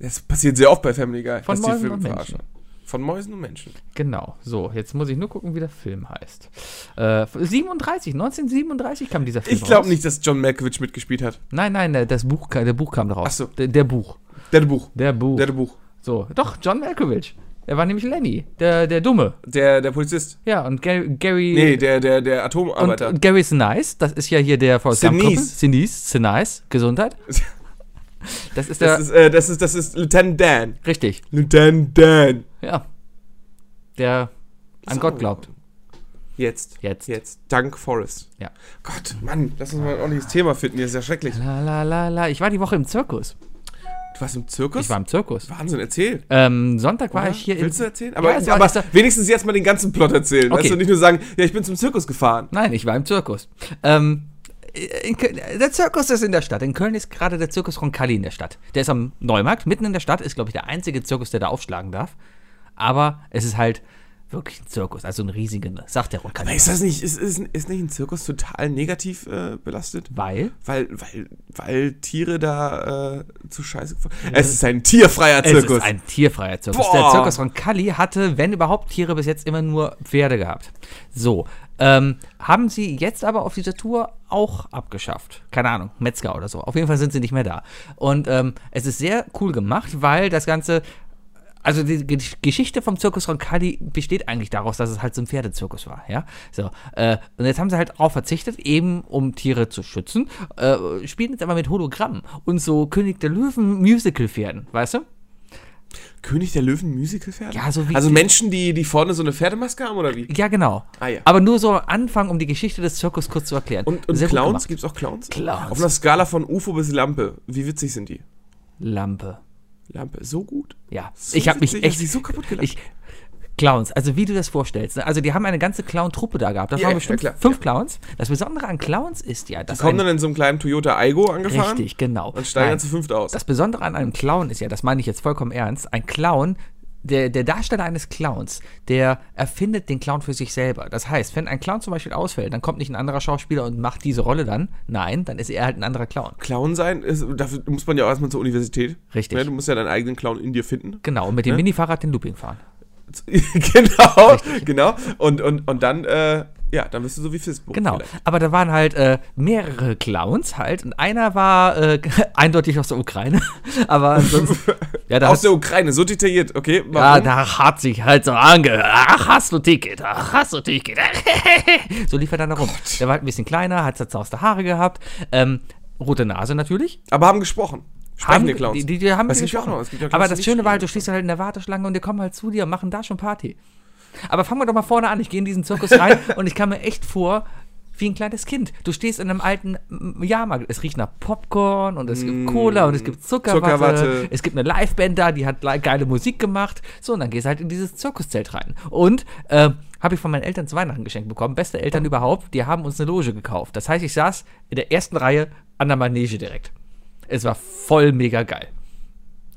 Das passiert sehr oft bei Family Guy. Von dass Mäusen Filme und Menschen. verarschen. Von Mäusen und Menschen. Genau, so, jetzt muss ich nur gucken, wie der Film heißt. Äh, 37, 1937 kam dieser Film Ich glaube raus. nicht, dass John Malkovich mitgespielt hat. Nein, nein, äh, das Buch, ka- der Buch kam daraus. Ach so. Der, der Buch. Der Buch. Der Buch. Der Buch. so, doch, John Malkovich. Der war nämlich Lenny, der, der Dumme. Der, der Polizist. Ja, und Gary, Gary Nee, der, der, der und, Atomarbeiter. und Gary Sinise, das ist ja hier der Forrest Sinise. Gump-Kumpel. Sinise, Sinise, Gesundheit. Das ist der, das, ist, äh, das ist, das ist Lieutenant Dan. richtig, Lieutenant Dan. ja. Der an So. Gott glaubt. Jetzt. Jetzt. Jetzt. Dank Forrest. Ja. Gott, Mann, lass uns mal ein ordentliches Thema finden. Hier ist ja schrecklich. La, la, la, la. Ich war die Woche im Zirkus. Du warst im Zirkus? Ich war im Zirkus. Wahnsinn, erzähl. Ähm, Sonntag war Ja, ich hier Willst du im... erzählen? Aber, Ja, es war- aber es war- wenigstens jetzt mal den ganzen Plot erzählen. Okay. Weißt du, nicht nur sagen, ja, ich bin zum Zirkus gefahren. Nein, ich war im Zirkus. Ähm, in Köln, der Zirkus ist in der Stadt. In Köln ist gerade der Zirkus Roncalli in der Stadt. Der ist am Neumarkt, mitten in der Stadt, ist, glaube ich, der einzige Zirkus, der da aufschlagen darf. Aber es ist halt wirklich ein Zirkus, also ein riesiger, ne, sagt der Roncalli. Ist das nicht, ist, ist, ist nicht ein Zirkus total negativ äh, belastet? Weil Weil, weil, weil Tiere da äh, zu scheiße gefahren Es ist ein tierfreier Zirkus. es ist ein tierfreier Zirkus. Der Boah. Zirkus Roncalli hatte, wenn überhaupt Tiere, bis jetzt immer nur Pferde gehabt. So, ähm, haben sie jetzt aber auf dieser Tour auch abgeschafft. Keine Ahnung, Metzger oder so. Auf jeden Fall sind sie nicht mehr da. Und ähm, es ist sehr cool gemacht, weil das Ganze also die Ge- Geschichte vom Zirkus Roncalli besteht eigentlich daraus, dass es halt so ein Pferdezirkus war, ja. So, äh, und jetzt haben sie halt drauf verzichtet, eben um Tiere zu schützen, äh, spielen jetzt aber mit Hologrammen und so König der Löwen Musical-Pferden, weißt du? König der Löwen Musical-Pferde? Ja, so wie also die- Menschen, die, die vorne so eine Pferdemaske haben oder wie? Ja, genau. Ah, ja. Aber nur so am Anfang, um die Geschichte des Zirkus kurz zu erklären. Und, und Sehr gut Clowns? gemacht. Gibt es auch Clowns? Clowns. Auf einer Skala von UFO bis Lampe. Wie witzig sind die? Lampe. Lampe, so gut. Ja, So ich habe mich witzig, dass echt sie so kaputt gelacht Ich, Clowns, also wie du das vorstellst. ne? Also die haben eine ganze Clown-Truppe da gehabt. Da Ja, waren ja, bestimmt klar, fünf Clowns. Das Besondere an Clowns ist ja, dass Kommen ein- dann in so einem kleinen Toyota Aigo angefahren richtig, genau. und steigen Nein. dann zu fünft aus. Das Besondere an einem Clown ist ja, das meine ich jetzt vollkommen ernst, ein Clown, der, der Darsteller eines Clowns, der erfindet den Clown für sich selber. Das heißt, wenn ein Clown zum Beispiel ausfällt, dann kommt nicht ein anderer Schauspieler und macht diese Rolle dann. Nein, dann ist er halt ein anderer Clown. Clown sein, ist, dafür muss man ja auch erstmal zur Universität. Richtig. Ja, du musst ja deinen eigenen Clown in dir finden. Genau, und mit Ne? dem Minifahrrad den Looping fahren. genau, genau. Und, und, und dann, äh, ja, dann bist du so wie Fistbump. Genau, vielleicht. aber da waren halt äh, mehrere Clowns halt und einer war äh, eindeutig aus der Ukraine, aber ansonsten, ja, da Aus hast, der Ukraine, so detailliert, okay? Warum? ja, da hat sich halt so angehört, ach, hast du Ticket, ach, hast du Ticket, so lief er dann da rum. Der war halt ein bisschen kleiner, hat zerzauste Haare gehabt, ähm, rote Nase natürlich. Aber haben gesprochen. Haben, Sprechende Clowns. Die, die, die haben Das die gibt's ja auch gesprochen. noch, es gibt ja Clowns, aber die das nicht Schöne war halt, du sprechen. stehst halt in der Warteschlange und die kommen halt zu dir, machen da schon Party. Aber fangen wir doch mal vorne an. Ich gehe in diesen Zirkus rein und ich kam mir echt vor wie ein kleines Kind. Du stehst in einem alten mm, Jahrmarkt. Es riecht nach Popcorn und es gibt Cola und es gibt Zuckerwatte. Mm. Zuckerwatte. Es gibt eine Liveband da, die hat le- geile Musik gemacht. So, und dann gehst du halt in dieses Zirkuszelt rein. Und äh, habe ich von meinen Eltern zu Weihnachten geschenkt bekommen. Beste Oh. Eltern überhaupt. Die haben uns eine Loge gekauft. Das heißt, ich saß in der ersten Reihe an der Manege direkt. Es war voll mega geil.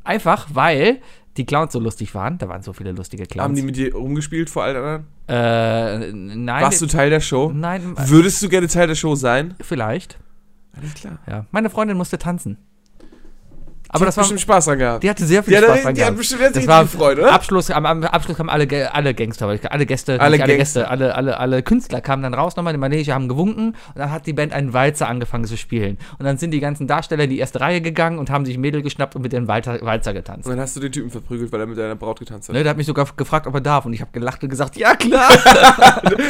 Einfach, weil die Clowns so lustig waren. Da waren so viele lustige Clowns. Haben die mit dir rumgespielt vor allen anderen? Äh, nein. Warst du Teil der Show? Nein, äh, Würdest du gerne Teil der Show sein? vielleicht. Alles klar. Ja. Meine Freundin musste tanzen. Aber Aber das das war. bestimmt Spaß dran gehabt. Die hatte sehr viel Die hat- Spaß dran die hat gehabt. bestimmt jetzt das richtig war gefreut, oder? Abschluss, am, am Abschluss kamen alle, Ge- alle Gangster, aber ich- alle Gäste, Alle nicht alle Gangster. Gäste, alle, alle, alle Künstler kamen dann raus nochmal in die Manege, haben gewunken und dann hat die Band einen Walzer angefangen zu spielen. Und dann sind die ganzen Darsteller in die erste Reihe gegangen und haben sich Mädel geschnappt und mit dem Walzer, Walzer getanzt. Und dann hast du den Typen verprügelt, weil er mit deiner Braut getanzt hat. Ne, der hat mich sogar gefragt, ob er darf und ich habe gelacht und gesagt, ja klar.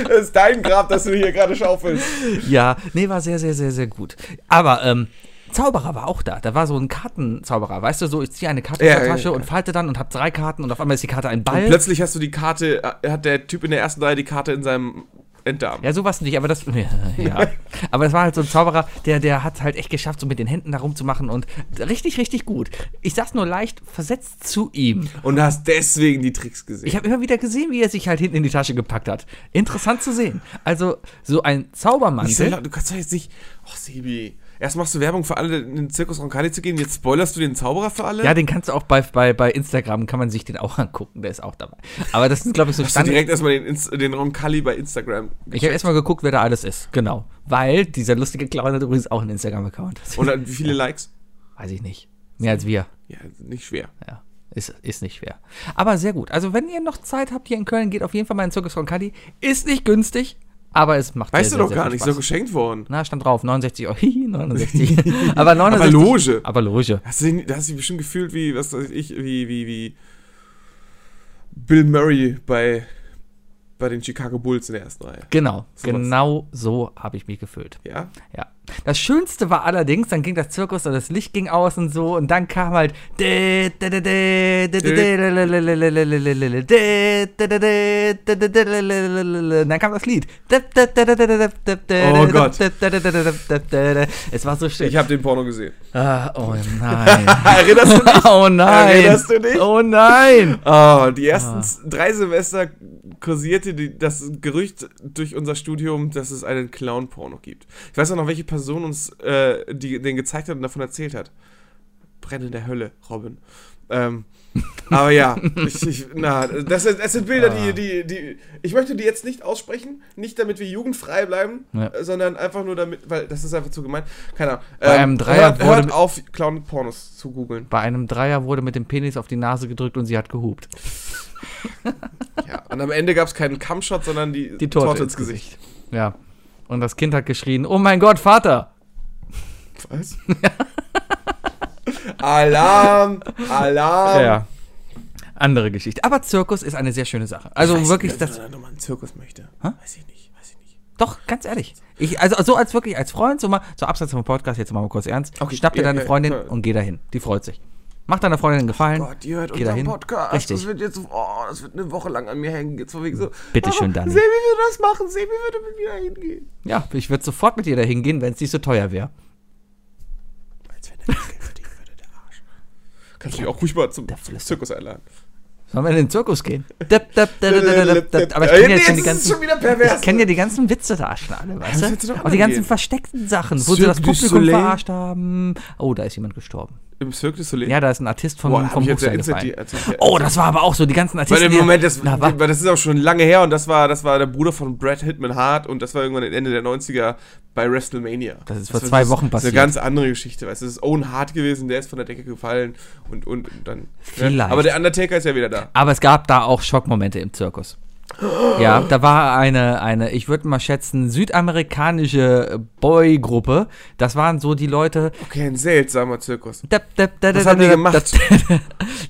Das ist dein Grab, das du hier gerade schaufelst. Ja, nee, war sehr, sehr, sehr, sehr gut. Aber ähm, Zauberer war auch da. Da war so ein Kartenzauberer, weißt du, so ich ziehe eine Karte aus Ja, der ja, Tasche ja. und falte dann und hab drei Karten und auf einmal ist die Karte ein Ball. Plötzlich hast du die Karte, äh, hat der Typ in der ersten Reihe die Karte in seinem entdarben. Ja, sowas nicht, aber das. Ja, ja. Aber das war halt so ein Zauberer, der, der hat es halt echt geschafft, so mit den Händen da rumzumachen und richtig, richtig gut. Ich saß nur leicht versetzt zu ihm. Und hast deswegen die Tricks gesehen. Ich habe immer wieder gesehen, wie er sich halt hinten in die Tasche gepackt hat. Interessant zu sehen. Also, so ein Diese Zaubermantel. Leute, du kannst doch jetzt nicht. Och, Sebi. Erst machst du Werbung für alle, in den Zirkus Roncalli zu gehen, jetzt spoilerst du den Zauberer für alle? Ja, den kannst du auch bei, bei, bei Instagram, kann man sich den auch angucken, der ist auch dabei. Aber das sind, glaube ich, so Hast du Standard. direkt erstmal den, Inst- den Roncalli bei Instagram. Ich habe erstmal geguckt, wer da alles ist. Genau. Weil dieser lustige Clown hat übrigens auch einen Instagram-Account. Und dann, wie viele Likes? Weiß ich nicht. Mehr als wir. Ja, nicht schwer. Ja, ist, ist nicht schwer. Aber sehr gut. Also, wenn ihr noch Zeit habt hier in Köln, geht auf jeden Fall mal in den Zirkus Roncalli. Ist nicht günstig, aber es macht Weißt sehr, du sehr, doch sehr gar viel nicht, Spaß. so geschenkt worden. Na, stand drauf, 69 Euro. Hihi, 69. aber 69. Aber Loge. Aber Loge. Hast du, dich- da hast du dich bestimmt gefühlt wie, was weiß ich, wie, wie, wie Bill Murray bei, bei den Chicago Bulls in der ersten Reihe. Genau, So was. genau so habe ich mich gefühlt. Ja? Ja. Das Schönste war allerdings, dann ging das Zirkus und das Licht ging aus und so und dann kam halt dann kam das Lied. Oh Gott. Es war so schön. Ich habe den Porno gesehen. Ah, oh nein. Erinnerst du dich? Oh nein. Erinnerst du dich? Oh nein. Ah, die ersten s- drei Semester kursierte die, das Gerücht durch unser Studium, dass es einen Clown-Porno gibt. Ich weiß auch noch, welche Person uns äh, die, den gezeigt hat und davon erzählt hat. Brenne der Hölle, Robin. Ähm, aber ja, ich, ich, na, das, sind- das sind Bilder, Ah. die, die, die. Ich möchte die jetzt nicht aussprechen, nicht damit wir jugendfrei bleiben, Ja. äh, sondern einfach nur damit, weil das ist einfach zu gemein. Keine Ahnung. Ähm, Bei einem Dreier hört, hört wurde- auf, Clown-Pornos zu googeln. Bei einem Dreier wurde mit dem Penis auf die Nase gedrückt und sie hat gehupt. Ja. Und am Ende gab es keinen Kammshot, sondern die, Die Torte, ins Gesicht. Ja. Und das Kind hat geschrien: "Oh mein Gott, Vater!" Was? Alarm! Alarm! ja. Andere Geschichte. Aber Zirkus ist eine sehr schöne Sache. Also wirklich, das, Wenn man einen Zirkus möchte. Hä? Weiß ich nicht, weiß ich nicht. doch, ganz ehrlich. Ich, also so als wirklich, als Freund, so mal, so abseits vom Podcast, jetzt mal, mal kurz ernst. Okay, Schnapp dir ja, deine ja, Freundin ja. und geh dahin. Die freut sich. Mach deiner Freundin einen Gefallen. Gott, ihr hört Geh unseren dahin. Podcast. Das Richtig. wird jetzt, oh, das wird eine Woche lang an mir hängen. Jetzt von wegen so. Bitte Mama, schön, Dani. Sebi würde das machen. Sebi würde mit mir hingehen. Ja, ich würde sofort mit ihr dahin gehen, wenn es nicht so teuer wäre. Als wenn er das Geld verdienen würde, der Arsch. Kannst du mich auch ruhig mal zum Der Flüssig. Zirkus einladen. Sollen wir in den Zirkus gehen? Dip, dip, dip, dip, dip, dip. Aber ich Äh, kenne ja jetzt jetzt schon ist die es ganzen. schon wieder pervers. Ich kenne ja die ganzen Witze da schon alle, weißt das hätte doch du? Auch die anderen ganzen gehen. versteckten Sachen, wo sie Cirque das du Publikum Soleil. verarscht haben. Oh, da ist jemand gestorben. Im Cirque du Soleil. Ja, da ist ein Artist vom, Boah, hab vom ich jetzt Hochseil ja instant gefallen. die- als ich- oh, das war aber auch so, die ganzen Artisten. Weil im die- Moment, das, Na, wa- das ist auch schon lange her und das war, das war der Bruder von Brad Hitman Hart und das war irgendwann Ende der 90er bei WrestleMania. Das ist vor war- zwei das ist- Wochen Das ist passiert. eine ganz andere Geschichte, weißt du. Das ist Owen Hart gewesen, der ist von der Decke gefallen und, und, und dann. ne? Vielleicht. Aber der Undertaker ist ja wieder da. aber es gab da auch Schockmomente im Zirkus. Ja, da war eine, eine ich würde mal schätzen, südamerikanische Boy-Gruppe. Das waren so die Leute. Okay, ein seltsamer Zirkus. Dap, dap, dap, Was dap, haben die dap, gemacht? dap.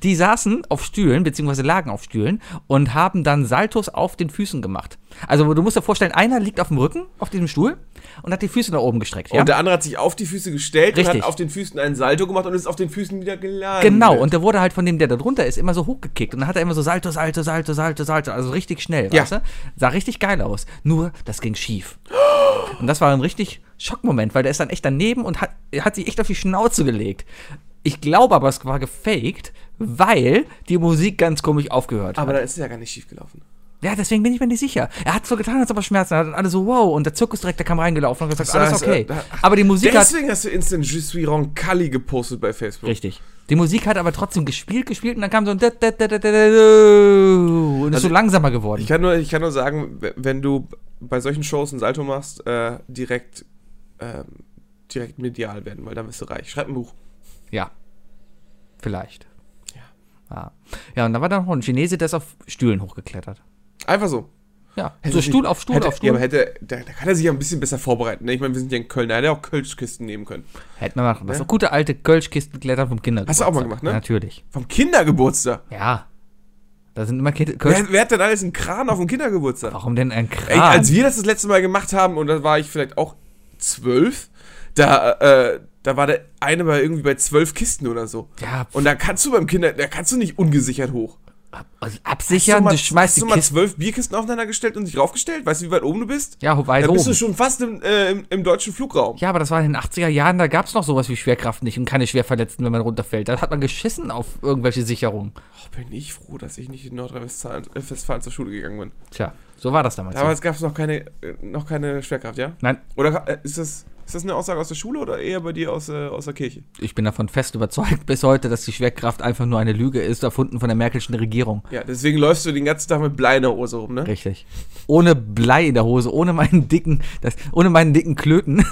Die saßen auf Stühlen, beziehungsweise lagen auf Stühlen und haben dann Saltos auf den Füßen gemacht. Also du musst dir vorstellen, einer liegt auf dem Rücken, auf diesem Stuhl und hat die Füße nach oben gestreckt. Ja? Und der andere hat sich auf die Füße gestellt und Richtig. hat auf den Füßen einen Salto gemacht und ist auf den Füßen wieder gelandet. Genau, und der wurde halt von dem, der da drunter ist, immer so hochgekickt. Und dann hat er immer so Salto, Salto, Salto, Salto, Salto. Also richtig schnell, Ja. weißt du? Sah richtig geil aus. Nur, das ging schief. Und das war ein richtig Schockmoment, weil der ist dann echt daneben und hat, hat sich echt auf die Schnauze gelegt. Ich glaube aber, es war gefaked, weil die Musik ganz komisch aufgehört Aber hat. da ist es ja gar nicht schief gelaufen. Ja, deswegen bin ich mir nicht sicher. Er hat so getan, als ob er Schmerzen hat und alle so, wow. Und der Zirkusdirektor kam reingelaufen und hat gesagt, Das alles heißt, okay. äh, Aber die Musik hat... Deswegen hast du instant Je suis Roncalli gepostet bei Facebook. Richtig. Die Musik hat aber trotzdem gespielt, gespielt und dann kam so ein Dat, Dat, Dat, Dat, Dat, Dat, und ist so langsamer geworden. Also Ich kann nur, ich kann nur sagen, w- wenn du bei solchen Shows einen Salto machst, äh, direkt, ähm, direkt medial werden, weil dann bist du reich. Schreib ein Buch. Ja. Vielleicht. Ja. Ja, ja und da war dann noch ein Chinese, der ist auf Stühlen hochgeklettert. Einfach so. Ja, Hätte so sich- Stuhl auf Stuhl hätte, auf Stuhl. Ja, aber hätte, da, da kann er sich ja ein bisschen besser vorbereiten. Ne? Ich meine, wir sind ja in Köln, da hätte er auch Kölschkisten nehmen können. Hätten wir machen. Das ist gute alte Kölschkisten klettern vom Kindergarten. Hast du auch mal gemacht, ne? Natürlich. Vom Kindergeburtstag. Ja. Da sind immer Kinder. Kölsch Wer, wer hat denn alles einen Kran auf dem Kindergeburtstag? Warum denn ein Ey, Kran? als wir das das letzte Mal gemacht haben, und da war ich vielleicht auch zwölf, da, äh, da war der eine bei irgendwie bei zwölf Kisten oder so. ja, Und da kannst du beim Kinder, da kannst du nicht ungesichert hoch. Also absichern, du schmeißt hast die du mal Kiste. zwölf Bierkisten aufeinander gestellt und dich raufgestellt? Weißt du, wie weit oben du bist? Ja, weit Da bist du oben. schon fast im, äh, im, im deutschen Flugraum. Ja, aber das war in den 80er Jahren, da gab es noch sowas wie Schwerkraft nicht und keine Schwerverletzten, wenn man runterfällt. Da hat man geschissen auf irgendwelche Sicherungen. Ach, Oh, bin ich froh, dass ich nicht in Nordrhein-Westfalen äh, Westfalen zur Schule gegangen bin. Tja, so war das damals. Damals gab es noch keine, äh, noch keine Schwerkraft, ja? Nein, Oder äh, ist das, ist das eine Aussage aus der Schule oder eher bei dir aus, äh, aus der Kirche? ich bin davon fest überzeugt bis heute, dass die Schwerkraft einfach nur eine Lüge ist, erfunden von der Merkelschen Regierung. Ja, deswegen läufst du den ganzen Tag mit Blei in der Hose rum, ne? Richtig. Ohne Blei in der Hose, ohne meinen dicken, das, ohne meinen dicken Klöten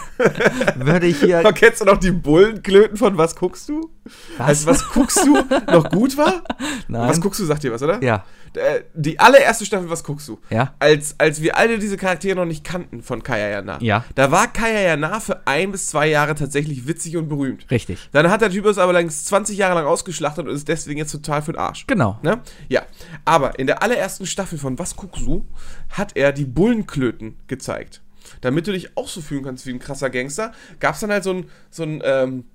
würde ich hier. Kennst du noch die Bullenklöten von Was guckst du? Also, was guckst du noch gut war? Nein. Was guckst du, sagt dir was, oder? Ja, Äh, Die allererste Staffel, was guckst du? Ja. Als, als wir alle diese Charaktere noch nicht kannten von Kaya Jana. Ja. Da war Kaya Jana für ein bis zwei Jahre tatsächlich witzig und berühmt. richtig. Dann hat der Typ es aber längst 20 Jahre lang ausgeschlachtet und ist deswegen jetzt total für den Arsch. Genau. Ne? Ja. Aber in der allerersten Staffel von Was guckst du? hat er die Bullenklöten gezeigt. Damit du dich auch so fühlen kannst wie ein krasser Gangster, gab es dann halt so ein, so ein ähm,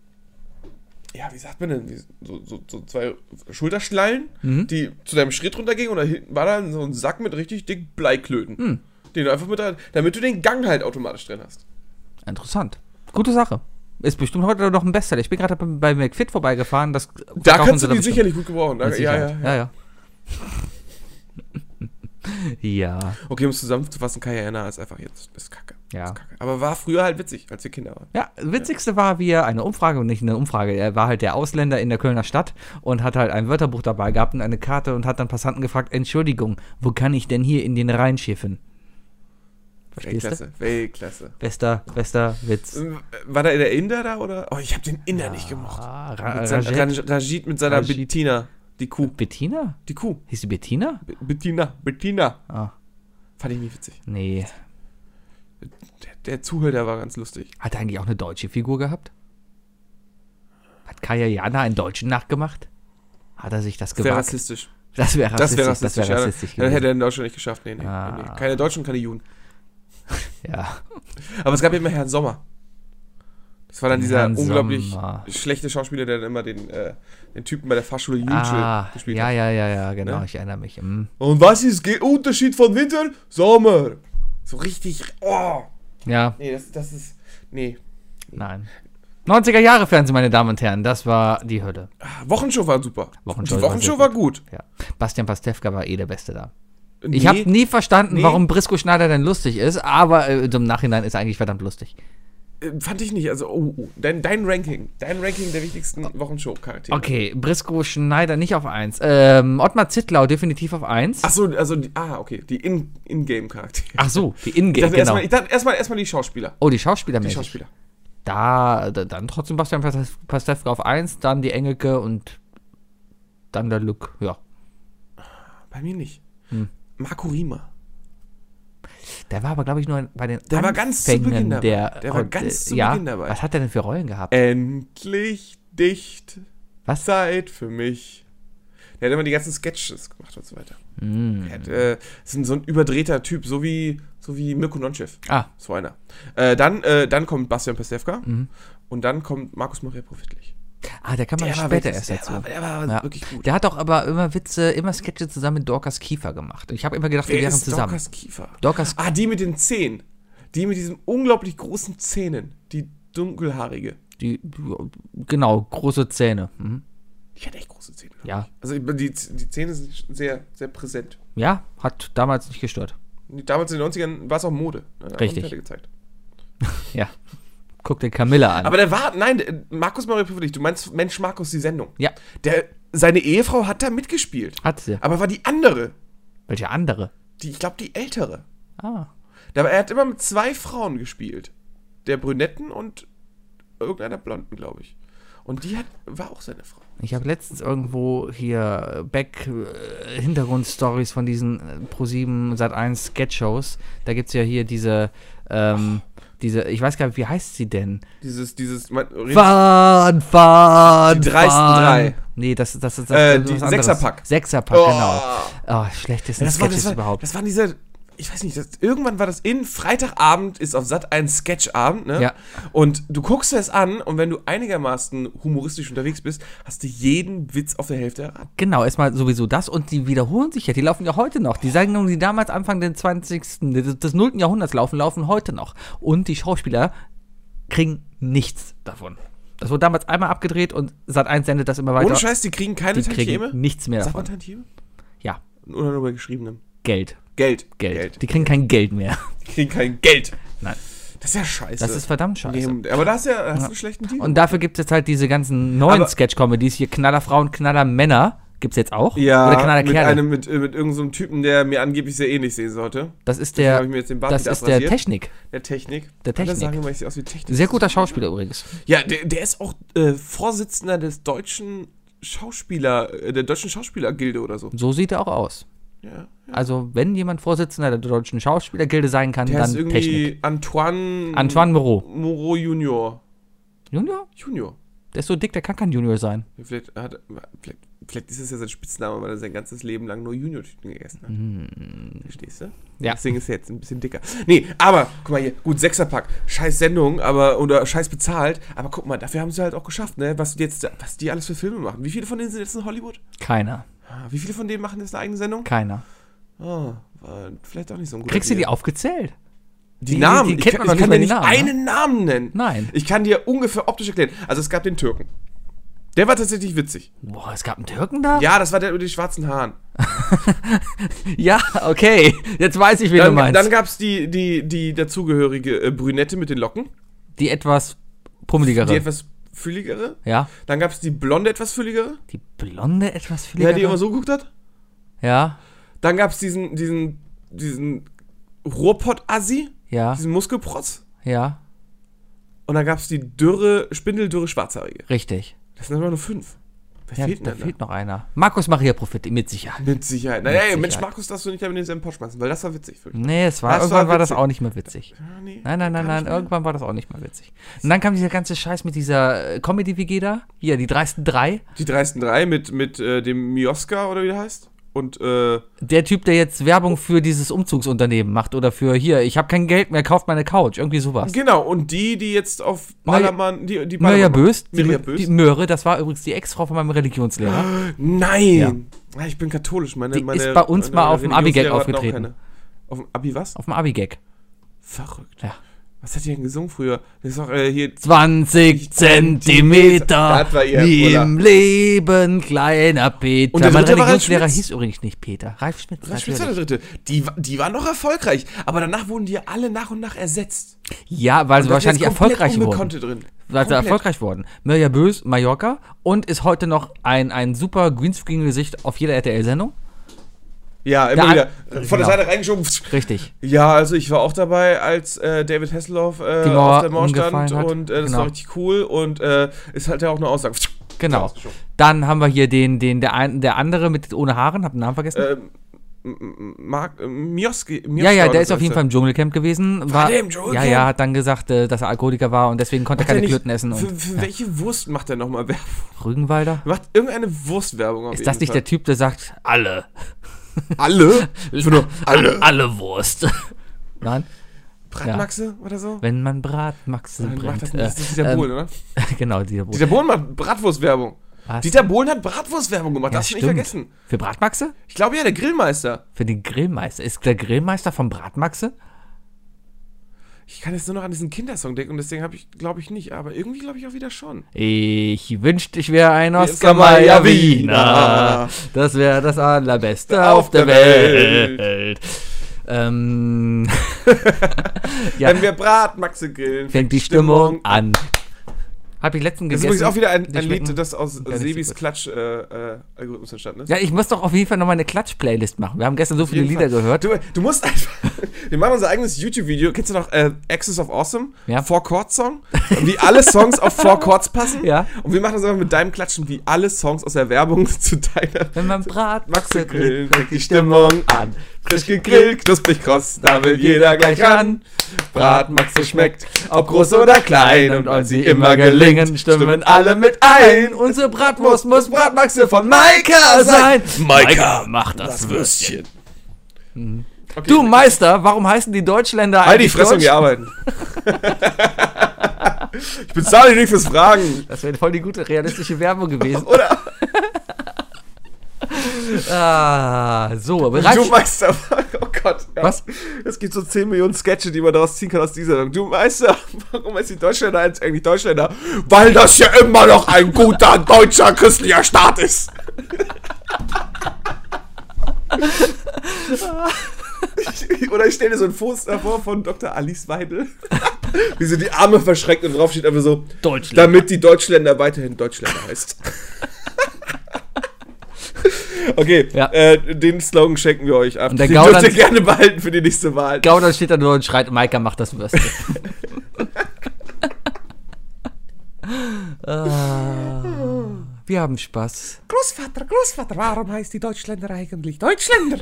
ja, wie sagt man denn, Wie- so, so, so zwei Schulterschlallen, Mhm. die zu deinem Schritt runtergingen und da hinten war dann so ein Sack mit richtig dick Bleiklöten. Mhm. Den du einfach mit rein, damit du den Gang halt automatisch drin hast. Interessant. Gute Sache. Ist bestimmt heute noch ein Bestseller. Ich bin gerade bei, bei McFit vorbeigefahren. Das Da verkaufen kannst sie du die bestimmt. sicherlich gut gebrauchen. Da, Mit ja, ja, Sicherheit. ja. ja. Ja, ja. Okay, um es zusammenzufassen, Kayana ist einfach jetzt ist Kacke. Ja. Ist Kacke. Aber war früher halt witzig, als wir Kinder waren. Ja, witzigste war, wie er eine Umfrage, und nicht eine Umfrage, er war halt der Ausländer in der Kölner Stadt und hat halt ein Wörterbuch dabei gehabt und eine Karte und hat dann Passanten gefragt, Entschuldigung, wo kann ich denn hier in den Rhein schiffen? Verstehst du? Weltklasse, Weltklasse. Bester, bester Witz. Ähm, War da der Inder da oder? Oh, ich habe den Inder nicht gemocht. Ah, Ra Mit sein, Rajat- Raj- Rajid mit seiner Rajid. Bettina. Die Kuh. Bettina? Die Kuh. Hieß sie Bettina? Be- Bettina. Bettina. Ah. Fand ich nicht witzig. Nee. Der, der Zuhälter war ganz lustig. Hat er eigentlich auch eine deutsche Figur gehabt? Hat Kaya Jana einen Deutschen nachgemacht? Hat er sich das Das wäre gewagt? rassistisch. Das wäre Das rassistisch. wäre rassistisch. Das wäre ja. rassistisch Dann hätte gewesen. er in Deutschland nicht geschafft. Nee, nee, nee, Ah. nee. Keine Deutschen, keine Juden. Ja. Aber es gab immer Herrn Sommer. Das war dann dieser Herrn unglaublich Sommer. schlechte Schauspieler, der dann immer den, äh, den Typen bei der Fachschule Jüngel Ah, gespielt ja, hat. ja, ja, ja, genau, Ne? ich erinnere mich. Hm. Und was ist der Unterschied von Winter? Sommer. So richtig. Oh. Ja, Nee, das, das ist. Nee. Nein. 90er Jahre Fernsehen, meine Damen und Herren, das war die Hölle. Ah, Wochenshow war super. Wochenshow Die war Wochenshow sehr war gut. Ja. Bastian Pastewka war eh der Beste da. Nee, Ich habe nie verstanden, Nee. warum Brisco Schneider denn lustig ist, aber äh, im Nachhinein ist er eigentlich verdammt lustig. äh, Fand ich nicht. Also, oh, oh. Dein, dein Ranking. Dein Ranking der wichtigsten Wochenshow-Charaktere. Oh. Okay, Brisco Schneider nicht auf 1. Ähm, Ottmar Zittlau definitiv auf 1. Achso, also. Die, ah, okay. Die In- In-Game-Charaktere. Ach so, die Ingame, dachte genau. erstmal ich dachte erstmal erstmal die Schauspieler. Oh, die Schauspieler Die Schauspieler. Da, da, dann trotzdem Bastian Pas- Pastewka auf 1, dann die Engelke und dann der Luke, ja. Bei mir nicht. Hm. Marco Riemer. Der war aber, glaube ich, nur bei den Der war ganz zu Anfängen Beginn dabei. Der, äh, Der war ganz zu ja, Beginn dabei. Äh, Was hat er denn für Rollen gehabt? Endlich dicht. Was? Zeit für mich. Der hat immer die ganzen Sketches gemacht und so weiter. Mm. Er hat, äh, ist ein, so ein überdrehter Typ, so wie, so wie Mirko Nonchev. Ah, Mhm. So einer. Äh, dann, äh, dann kommt Bastian Pastewka und dann kommt Markus Maria Profitlich. ah, der kam mal war später wirklich- erst der dazu. War, der war Ja. wirklich gut. Der hat doch aber immer Witze, immer Sketche zusammen mit Dorcas Kiefer gemacht. Ich habe immer gedacht, wir Wer wären ist zusammen. Dorcas Kiefer. Dorcas- ah, die mit den Zähnen. Die mit diesen unglaublich großen Zähnen. Die dunkelhaarige. Die, genau, große Zähne. Mhm. Die hat echt große Zähne. Ja. Also ich- die, die Zähne sind sehr, sehr präsent. ja, hat damals nicht gestört. Damals in den 90ern war es auch Mode. ne? Da Richtig. haben Pferde Gezeigt. Ja. Guck dir Camilla an. Aber der war, nein, der- Markus Mario Pfefferlich, du meinst Mensch Markus, die Sendung. ja, Der, seine Ehefrau hat da mitgespielt. hat sie. Aber war die andere, Welche andere? die, ich glaube, die ältere. Ah, Da, er hat immer mit zwei Frauen gespielt. Der Brünetten und irgendeiner Blonden, glaube ich. Und die hat, war auch seine Frau. ich habe letztens irgendwo hier äh, Back äh, Hintergrundstories von diesen äh, Pro7 Sat1 Sketch-Shows. Da gibt's ja hier diese ähm, diese ich weiß gar nicht, wie heißt sie denn? Dieses, dieses, man, Fahren, fahren, Die dreisten fahren. drei. Nee, das ist das, das, das, Äh, das die anderes. Sechserpack. Sechserpack, Oh. genau. Oh, schlechteste das, war, Sketches das, war, überhaupt. das waren diese, ich weiß nicht, das, irgendwann war das in, Freitagabend ist auf Sat ein Sketchabend, ne? Ja. Und du guckst es an und wenn du einigermaßen humoristisch unterwegs bist, hast du jeden Witz auf der Hälfte erraten. Genau, erstmal sowieso das und die wiederholen sich ja, die laufen ja heute noch. Die Sendungen, die damals Anfang des 20. des, des 0. Jahrhunderts laufen, laufen heute noch. Und die Schauspieler kriegen nichts davon. Das wurde damals einmal abgedreht und Sat1 sendet das immer weiter. Ohne Scheiß, die kriegen keine die kriegen nichts mehr Sagt man davon. Tantieme? Ja, Oder nur bei geschriebenem? Geld, Geld. Geld. Die kriegen kein Geld mehr. Die kriegen kein Geld. Nein. Das ist ja scheiße. Das ist verdammt scheiße. Nee, aber da hast du ja hast du einen schlechten Deal. Und dafür gibt es jetzt halt diese ganzen neuen Aber- Sketch-Comedies hier, Knallerfrauen, Knallermänner. Gibt es jetzt auch? ja, Oder Knaller mit Kerle. einem mit, äh, mit irgendeinem so einem Typen, der mir angeblich sehr ähnlich sehen sollte. das ist hab der, ich mir jetzt den Bart das wieder ist der abrasiert. Technik. Der Technik. Der Alle Technik. sagen immer, ich sehe aus wie Technik. Sehr guter Schauspieler übrigens. Ja, der, der ist auch äh, Vorsitzender des deutschen Schauspieler, äh, der deutschen Schauspielergilde oder so. So sieht er auch aus. Ja. Also, wenn jemand Vorsitzender der deutschen Schauspielergilde sein kann, Der dann ist irgendwie Technik. Antoine, Antoine Moreau. Moreau Junior. Junior? Junior. Der ist so dick, der kann kein Junior sein. Vielleicht, hat, vielleicht, vielleicht ist es ja sein Spitzname, weil er sein ganzes Leben lang nur Junior-Tüten gegessen hat. Verstehst du? Mhm. Ja. Deswegen ist er jetzt ein bisschen dicker. Nee, aber, guck mal hier, gut, Sechserpack, scheiß Sendung, aber, oder scheiß bezahlt, aber guck mal, dafür haben sie halt auch geschafft, ne, was die jetzt, was die alles für Filme machen. Wie viele von denen sind jetzt in Hollywood? Keiner. Ah, Wie viele von denen machen jetzt eine eigene Sendung? Keiner. Oh, war vielleicht auch nicht so ein guter Kriegst du die Deal. aufgezählt? Die, die- Namen, die ich kennt kann, man doch ich kann dir nicht nicht mal die Namen, ne? einen Namen nennen. Nein. Ich kann dir ungefähr optisch erklären. Also es gab den Türken. Der war tatsächlich witzig. Boah, es gab einen Türken da? Ja, das war der mit den schwarzen Haaren. Ja, okay. Jetzt weiß ich, wen du Dann, meinst. dann gab es die, die, die dazugehörige äh, Brünette mit den Locken, die etwas pummeligere. die etwas fülligere. ja. Dann gab es die blonde etwas fülligere, Die blonde etwas ja, fülligere. die immer so geguckt hat. ja, Dann gab es diesen, diesen, diesen Ruhrpott-Assi, ja, diesen Muskelprotz. ja. Und dann gab es die dürre, spindeldürre Schwarzhaarige. Richtig. Das sind aber nur fünf. Wer Ja, fehlt ne? da denn da? fehlt noch einer. Markus Maria Profit, mit Sicherheit. Mit Sicherheit. Naja, ey, Mensch, Sicherheit. Markus, darfst du nicht damit in den Pott schmeißen, weil das war witzig. Für mich. Nee, es war, Das irgendwann war war, das witzig. auch nicht mehr witzig. Ah, nee. Hm. Nein, nein, nein, Gar nicht nein, mehr. irgendwann war das auch nicht mehr witzig. Und dann kam dieser ganze Scheiß mit dieser äh, Comedy-Vegeda. Hier, die dreisten drei. Die dreisten drei mit, mit äh, dem Mioska oder wie der heißt. Und äh, Der Typ, der jetzt Werbung für dieses Umzugsunternehmen macht oder für hier, ich habe kein Geld mehr, kauft meine Couch. Irgendwie sowas. genau, und die, die jetzt auf Mirja- Ballermann, die, die Mirja Ballermann- Bös, die, Mirja die Bös. Möhre, das war übrigens die Ex-Frau von meinem Ah. Religionslehrer. Nein! Ah, Ich bin katholisch, meine, Die meine ist bei uns mal auf dem Abi-Gag Religionslehrer hatten auch keine. aufgetreten. Auf dem Abi was? Auf dem Abi-Gag. Verrückt. Ja. Was hat die denn gesungen früher? Das ist doch äh, hier 20 Zentimeter Das war ihr im Leben, kleiner Peter. Und der mein dritte war Ralf Religionslehrer Schmitz. hieß übrigens nicht Peter. Ralf Schmitz. Ralf Spitzer der natürlich. Dritte. Die, wa- die waren noch erfolgreich, aber danach wurden die alle nach und nach ersetzt. Ja, weil sie Da sind jetzt Also wahrscheinlich Also erfolgreich wurden. Unbekannte drin. Weil sie Komplett. erfolgreich wurden. Mirja Bös, Mallorca und ist heute noch ein, ein super Greenscreen-Gesicht auf jeder RTL-Sendung. Ja, immer Der wieder. an- Von Genau. der Seite reingeschoben. Richtig. Ja, also ich war auch dabei, als äh, David Hasselhoff äh, Die Mauer auf der Mauer stand umgefallen hat. und äh, das Genau. war richtig cool und äh, ist halt ja auch eine Aussage. Genau. Rausgeschoben. Dann haben wir hier den, den, der, ein, der andere mit ohne Haaren, hab den Namen vergessen. Ähm, M- M- Mark äh, Mioski, Mioski ja, ja, oder der so ist auf jeden heißt Fall im Dschungelcamp gewesen. War, der im äh, Dschungelcamp? Ja, ja, hat dann gesagt, äh, dass er Alkoholiker war und deswegen konnte er. er keine Macht er Klöten essen. Für, Und für welche Wurst macht er nochmal Werbung? Rügenwalder? Macht irgendeine Wurstwerbung auf Ist das nicht der Typ, der sagt, alle? der Alle? Nur alle. alle Wurst. Nein, Bratmaxe oder so? wenn man Bratmaxen Dann macht brennt. das äh, nicht Dieter ähm, Bohlen, oder? genau, Dieter Bohlen. Dieter Bohlen macht Bratwurstwerbung. Was? Dieter Bohlen hat Bratwurstwerbung gemacht, Ja, darfst du nicht stimmt. vergessen. Für Bratmaxe? Ich glaube ja, der Grillmeister. Für den Grillmeister. Ist der Grillmeister vom Bratmaxe? Ich kann jetzt nur noch an diesen Kindersong denken und deswegen habe ich, glaube ich, nicht, aber irgendwie glaube ich auch wieder schon. Ich wünschte, ich wäre ein Oscar Oscar-Mayer Mayer Wiener. Wiener. Das wäre das Allerbeste auf, Auf der der Welt. Ähm, ja, Wenn wir Bratmaxe grillen, fängt die Stimmung an. Hab ich letztens Das ist gegessen. übrigens auch wieder ein, Die ein schmecken- Lied, das aus nicht so Sebis äh, gut. Klatsch-Algorithmus entstanden ist. Ja, ich muss doch auf jeden Fall nochmal eine Klatsch-Playlist machen. Wir haben gestern so viele ne? jeden Lieder Fall. gehört. Du, du musst einfach. Wir machen unser eigenes YouTube-Video. Kennst du noch äh, Access of Awesome? Ja. Four Chords Song? Wie alle Songs auf Four Chords passen? Ja. Und wir machen das einfach mit deinem Klatschen, wie alle Songs aus der Werbung zu deiner. Wenn man Brat Maxe grillen, fängt die Stimmung an. Frisch gegrillt, knusprig kross, da will jeder gleich ran. Bratmaxe schmeckt, ob groß oder klein und weil sie immer gelingen, stimmen alle mit ein. Unsere Bratwurst muss Bratmaxe von Maika sein. Maika macht das Würstchen. Okay. Du Meister, warum heißen die Deutschländer Halt die Fresse und Deutsch? wir arbeiten. ich bezahle dich nicht fürs Fragen. Das wäre voll die gute realistische Werbung gewesen. Oder? ah, so, aber Du reich, Meister. Oh Gott. Ja. Was? Es gibt so 10 Millionen Sketche, die man daraus ziehen kann aus dieser Sendung. Du Meister, warum ist die Deutschländer jetzt eigentlich Deutschländer? Weil das ja immer noch ein guter deutscher christlicher Staat ist. Ich- Oder ich stelle dir so ein Poster vor von Dr. Alice Weidel, wie sie die Arme verschreckt und drauf steht einfach so, Deutschland. damit die Deutschländer weiterhin Deutschländer heißt. okay, Ja. äh, den Slogan schenken wir euch ab. Und der den dürft ihr Gauland- gerne behalten für die nächste Wahl. Gauder steht da nur und schreit, Maika macht das Würste. ah, wir haben Spaß. Großvater, Großvater, warum heißt die Deutschländer eigentlich Deutschländer?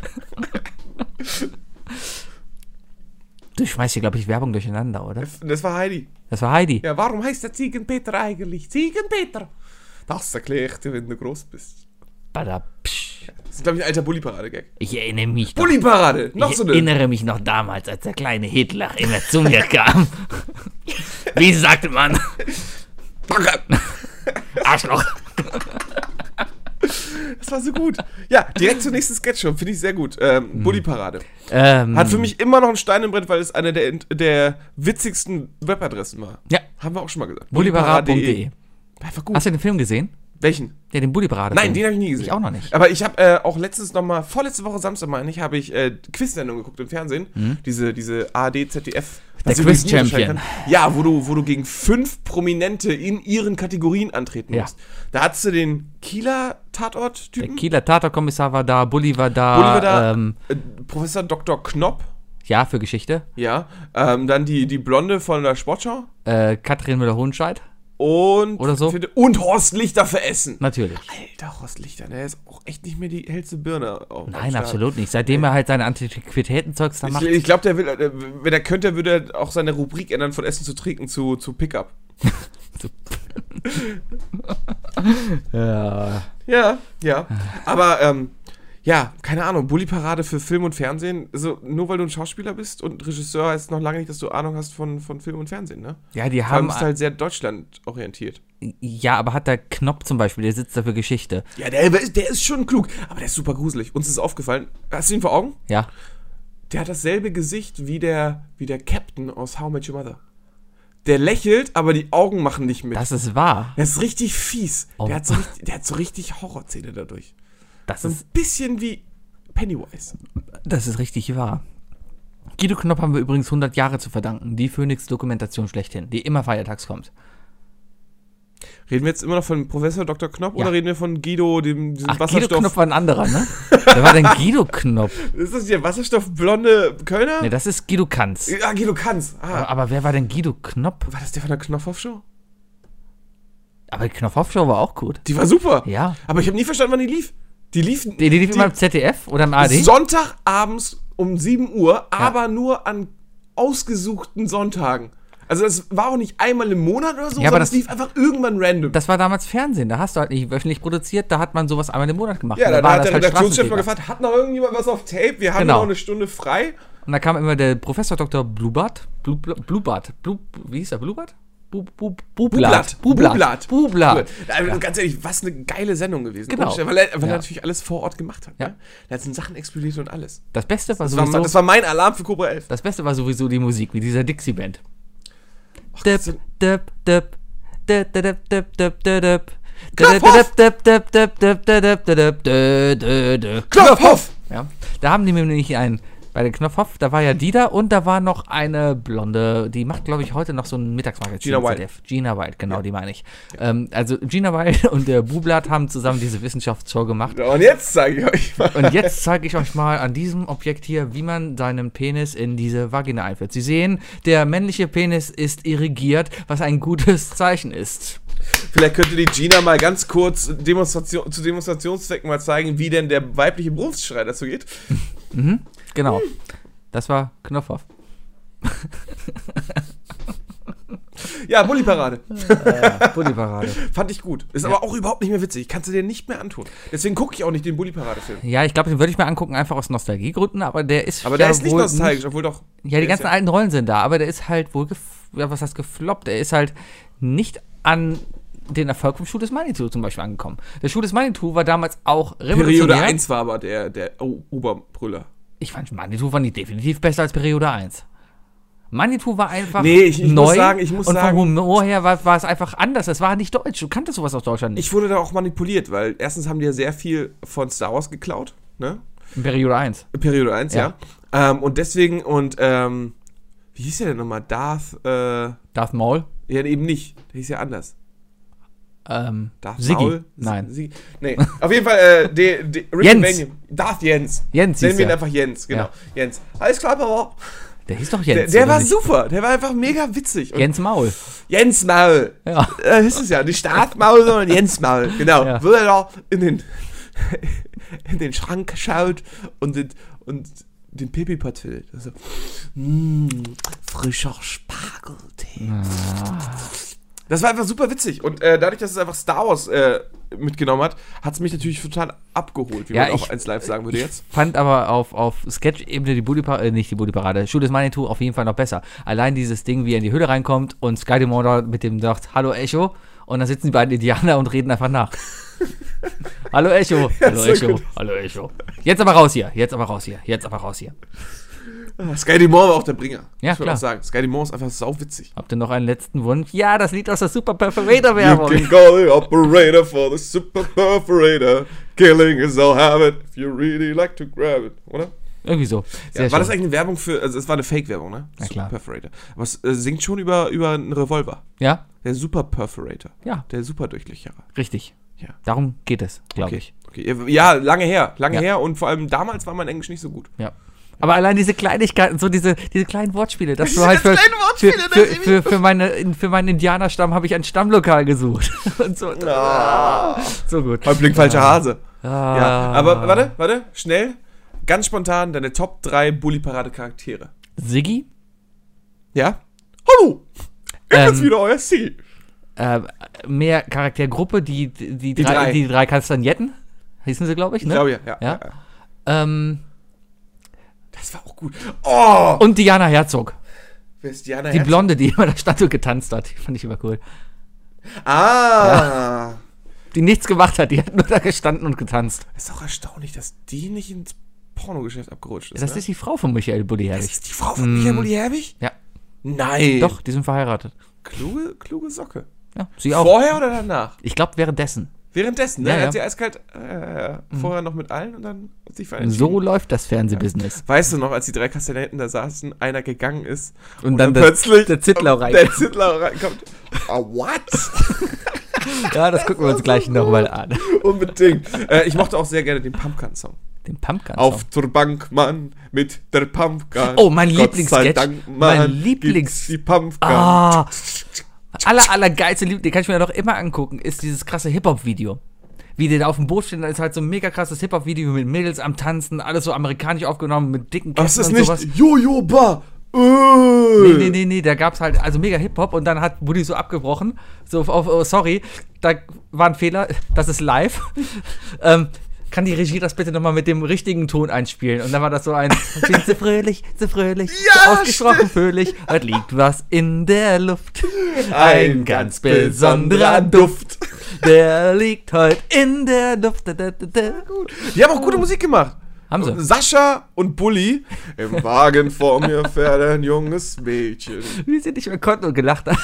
Du schmeißt hier, glaube ich, Werbung durcheinander, oder? Das war Heidi. Das war Heidi. Ja, warum heißt der Ziegenpeter eigentlich Ziegenpeter? Das erklärt dir, wenn du groß bist. Bada, psch. Das ist, glaube ich, ein alter Bulli-Parade-Gag. Ich erinnere mich noch, Bulli-Parade! Noch ich so eine. erinnere mich noch damals, als der kleine Hitler immer zu mir kam. Wie sagte man? Danke. Arschloch. Das war so gut. Ja, direkt zur nächsten Sketchshow. Finde ich sehr gut. Mhm. Ähm, Bulli-Parade. Ähm, Hat für mich immer noch einen Stein im Brett, weil es eine der, der witzigsten Webadressen war. Ja. Haben wir auch schon mal gesagt. E. Bulliparade.de. Einfach gut. E. Hast du den Film gesehen? Welchen? Ja, den Bulliparade. Nein, den habe ich nie gesehen. Ich auch noch nicht. Aber ich habe äh, auch letztens nochmal, vorletzte Woche Samstag meine ich, habe ich äh, Quiz-Sendung geguckt im Fernsehen. Diese, diese AD, ZDF. was Hm. Der übrigens Quiz Champion. nicht entscheiden kann. Ja, wo du, wo du gegen fünf Prominente in ihren Kategorien antreten Ja. musst. Da hattest du den Kieler Der Tatort-Typen. Kieler Tatorkommissar war da, Bulli war da. Bulli war da. Ähm, äh, Professor Dr. Knopp. ja, für Geschichte. Ja. Ähm, dann die, die Blonde von der Sportschau. Äh, Katrin Müller-Hohenscheid. Und, Oder so. und Horst Lichter für Essen. Natürlich. Alter, Horst Lichter, der ist auch echt nicht mehr die hellste Birne. auf- am Nein, Start. absolut nicht. Seitdem er halt seine Antiquitätenzeugs da Ich, macht. ich glaube, der will, äh, wenn er könnte, würde er auch seine Rubrik ändern von Essen zu Trinken zu, zu Pickup. Ja. Ja, ja. Aber ähm, ja, keine Ahnung, Bulli-Parade für Film und Fernsehen. Also, nur weil du ein Schauspieler bist und Regisseur, heißt noch lange nicht, dass du Ahnung hast von, von Film und Fernsehen, ne? ja, die Vor allem haben. bist du halt sehr deutschlandorientiert. Ja, aber hat der Knopf zum Beispiel, der sitzt da für Geschichte. Ja, der, der ist schon klug, aber der ist super gruselig. Uns ist aufgefallen. Hast du ihn vor Augen? Ja. Der hat dasselbe Gesicht wie der, wie der Captain aus How I Met Your Mother. Der lächelt, aber die Augen machen nicht mit. Das ist wahr. Der ist richtig fies. Oh. Der, hat so richtig, der hat so richtig Horrorzähne dadurch. Das So ein ist, bisschen wie Pennywise. das ist richtig wahr. Guido Knopf haben wir übrigens 100 Jahre zu verdanken. Die Phoenix-Dokumentation schlechthin, die immer feiertags kommt. Reden wir jetzt immer noch von Professor Dr. Knopp oder reden wir von Guido, dem diesem Ach, Wasserstoff? Guido Knopf war ein anderer, ne? Wer war denn Guido Knopf? Ist das der Wasserstoffblonde Kölner? Ne, das ist Guido Kanz. ah, Guido Kanz. Ah. Aber wer war denn Guido Knopf? War das der von der Knopfhoff-Show? Aber die Knopf-Show war auch gut. Die war super. Ja. Aber ich habe nie verstanden, wann die lief. Die lief, Die, die lief immer im ZDF oder im AD? Sonntagabends um 7 Uhr, aber nur an ausgesuchten Sonntagen. Also das war auch nicht einmal im Monat oder so, Ja, sondern aber das- es lief einfach irgendwann random. das war damals Fernsehen. Da hast du halt nicht wöchentlich produziert, da hat man sowas einmal im Monat gemacht. Ja, Und dann war hat das der halt Redaktionschef mal Straßenfeger. gefragt, hat noch irgendjemand was auf Tape? Wir haben Genau. noch eine Stunde frei. Und da kam immer der Professor Dr. Blubart. Blu, Blu, Blubart. Blu, wie hieß er? Blubart? Bu, bu, Bublat. Bublat. Bublat. Bublat. Also, Ganz ehrlich, was eine geile Sendung gewesen. Genau. Ohne Scheiß, Weil er, weil er Ja. natürlich alles vor Ort gemacht hat. Ja. Ne? Da sind Sachen explodiert und alles. Das Beste war Das war, sowieso, das war mein Alarm für Cobra 11. das Beste war sowieso die Musik, mit dieser Dixie-Band. Dip, das sind- dip, dip, dip, dip, dip, dip, dip, dip. Knopf auf! Knopfhoff! Ja, da haben die mir nämlich einen. Bei der Knopfhoff, da war ja die da und da war noch eine Blonde, die macht, glaube ich, heute noch so ein Mittagsmagazin. Gina Wild. ZDF. Gina Wild, genau, die meine ich. Ähm, also Gina Wild und der Bublat haben zusammen diese Wissenschaftsshow gemacht. Und jetzt zeige ich euch mal. Und jetzt zeige ich euch mal an diesem Objekt hier, wie man seinen Penis in diese Vagina einführt. Sie sehen, der männliche Penis ist irrigiert, was ein gutes Zeichen ist. Vielleicht könnte die Gina mal ganz kurz Demonstration, zu Demonstrationszwecken mal zeigen, wie denn der weibliche Berufsschrei dazu geht. Genau. Das war Knopfhoff. Ja, Bulli-Parade. Bulli-Parade. Fand ich gut. Ist aber auch überhaupt nicht mehr witzig. Kannst du dir nicht mehr antun. Deswegen gucke ich auch nicht den Bulli-Parade-Film. Ja, ich glaube, den würde ich mir angucken, einfach aus Nostalgiegründen, aber der ist Aber der ja ist nicht wohl nostalgisch, obwohl doch. Ja, die der ist ganzen alten Rollen sind da, aber der ist halt wohl, gef ja, was heißt gefloppt? Er ist halt nicht an den Erfolg vom Schuh des Manitou zum Beispiel angekommen. Der Schuh des Manitou war damals auch Periode revolutionär. 1 war aber der, der O- Oberbrüller. Ich fand Manitou fand ich definitiv besser als Periode 1. Manitou war einfach Nee, ich- ich neu muss sagen, ich muss und sagen- vom Humor her war, war es einfach anders. Es war nicht deutsch. Du kanntest sowas aus Deutschland nicht. Ich wurde da auch manipuliert, weil erstens haben die ja sehr viel von Star Wars geklaut, ne? Periode 1. Periode 1, ja. Ja. Ähm, und deswegen, und ähm, wie hieß der denn nochmal? Darth, äh, ja Darth Maul. eben nicht. Der hieß ja anders. Ähm, Darth Siggi. Maul? Nein. Sie nee. Auf jeden Fall, äh, de, de, Rick Jens. Vanium. Darth Jens. Jens Nennen hieß wir ihn er. einfach Jens, genau. Ja. Jens. Alles klar, Papa. Der hieß doch Der, Jens. der oder war nicht? super. Der war einfach mega witzig. Und Jens Maul. Jens Maul. Ja. Äh, ist es ja. Nicht Startmaul, sondern Jens Maul. Genau. Ja. Wo er da in den, in den Schrank schaut und den, und den Pipi portiert. Also, mm, frischer Spargeltee. Ah. Das war einfach super witzig. Und äh, dadurch, dass es einfach Star Wars äh, mitgenommen hat, hat es mich natürlich total abgeholt, wie Ja, man auch ich- eins live sagen würde jetzt. Fand aber auf, auf Sketch-Ebene die Bulli-Parade, äh, nicht die Bulli-Parade, Schuh des Manitou auf jeden Fall noch besser. Allein dieses Ding, wie er in die Höhle reinkommt und Sky Demorder mit dem sagt, hallo Echo. Und dann sitzen die beiden Indianer und reden einfach nach. hallo Echo, hallo so Echo, gut. hallo Echo. Jetzt aber raus hier, jetzt aber raus hier, jetzt aber raus hier. Sky Demore Ah, war auch der Bringer. Ja, muss man klar. auch sagen. Sky Demore ist einfach sauwitzig. Habt ihr noch einen letzten Wunsch? Ja, das Lied aus der Super Perforator-Werbung. can call the operator for the super perforator. Killing is our habit if you really like to grab it, oder? Irgendwie so. Sehr Ja, war das schön. eigentlich eine Werbung für, also es war eine Fake-Werbung, ne? Ja, klar. Super Perforator. Aber es äh, singt schon über, über einen Revolver. ja, Der Super Perforator. ja, Der Super Durchlöcherer. richtig. Ja. Darum geht es, Okay. glaube ich. okay. Ja, lange her, lange Ja. her und vor allem damals war mein Englisch nicht so gut. Ja. Aber allein diese Kleinigkeiten, so diese, diese kleinen Wortspiele, das war halt für, ganz kleinen für, Wortspiele, für, das ist für, für, meine, für meinen Indianerstamm habe ich ein Stammlokal gesucht. Und so, Ah. so gut. Häuptling falscher Hase. Ah. Ja, aber warte, warte, schnell, ganz spontan deine Top 3 Bully-Parade-Charaktere. Siggi, Ja? Hallo! Ich bin's Ähm. wieder, euer C. äh, mehr Charaktergruppe, die, die, die, drei, drei. die drei Kastagnetten, hießen sie, glaube ich, Ich ne? glaube ja, ja. Ja? Ähm, Das war auch gut. Oh! und Diana Herzog, Wer ist Diana die Herz? Blonde, die immer der Statue getanzt hat, die fand ich immer cool. Ah! Die nichts gemacht hat, die hat nur da gestanden und getanzt. Ist auch erstaunlich, dass die nicht ins Pornogeschäft abgerutscht ist. Das ne? ist die Frau von Michael Bulli das Herrlich. ist die Frau von Michael Bulli Herbig? Ja. Nein. Doch, die sind verheiratet. Kluge, kluge Socke. Ja, sie auch. Vorher oder danach? Ich glaube, währenddessen. Währenddessen, ne? Ja, ja. Hat sie eiskalt äh, vorher noch mit allen und dann hat sich verentschieden. So läuft das Fernsehbusiness. Weißt du noch, als die drei Kastanetten da saßen, einer gegangen ist Und dann der- der Zittlau rein. Der reinkommt. Zittler reinkommt. Ah, what? Ja, das gucken wir uns gleich nochmal an. Unbedingt. Äh, ich mochte auch sehr gerne den Pumpkin-Song. Den Pumpkin. Auf zur Bank, Mann, mit der Pumpkin. Oh, mein Gott sei Lieblingssketch. Dank, Mein Mann, Lieblings- gibt's Die Pumpkin. Ah. Aller, aller geilste Lieb, den kann ich mir doch immer angucken, ist dieses krasse Hip-Hop-Video. Wie die da auf dem Boot stehen, da ist halt so ein mega krasses Hip-Hop-Video mit Mädels am Tanzen, alles so amerikanisch aufgenommen, mit dicken Das ist und nicht Jojoba. Äh. Nee, nee, nee, nee, da gab's halt, also mega Hip-Hop und dann hat Buddy so abgebrochen. So, auf, auf, oh, sorry, da war ein Fehler, das ist live. ähm, kann die Regie das bitte nochmal mit dem richtigen Ton einspielen? Und dann war das so ein, ich bin so fröhlich, so fröhlich, so Ja, ausgesprochen fröhlich, heute liegt was in der Luft. Ein ganz besonderer Duft. der liegt heute in der Luft. Da, da, da, da. Die haben auch gute Musik gemacht. Haben sie. Sascha und Bulli. Im Wagen vor mir fährt ein junges Mädchen. Wie sie nicht mehr konnten und gelacht haben.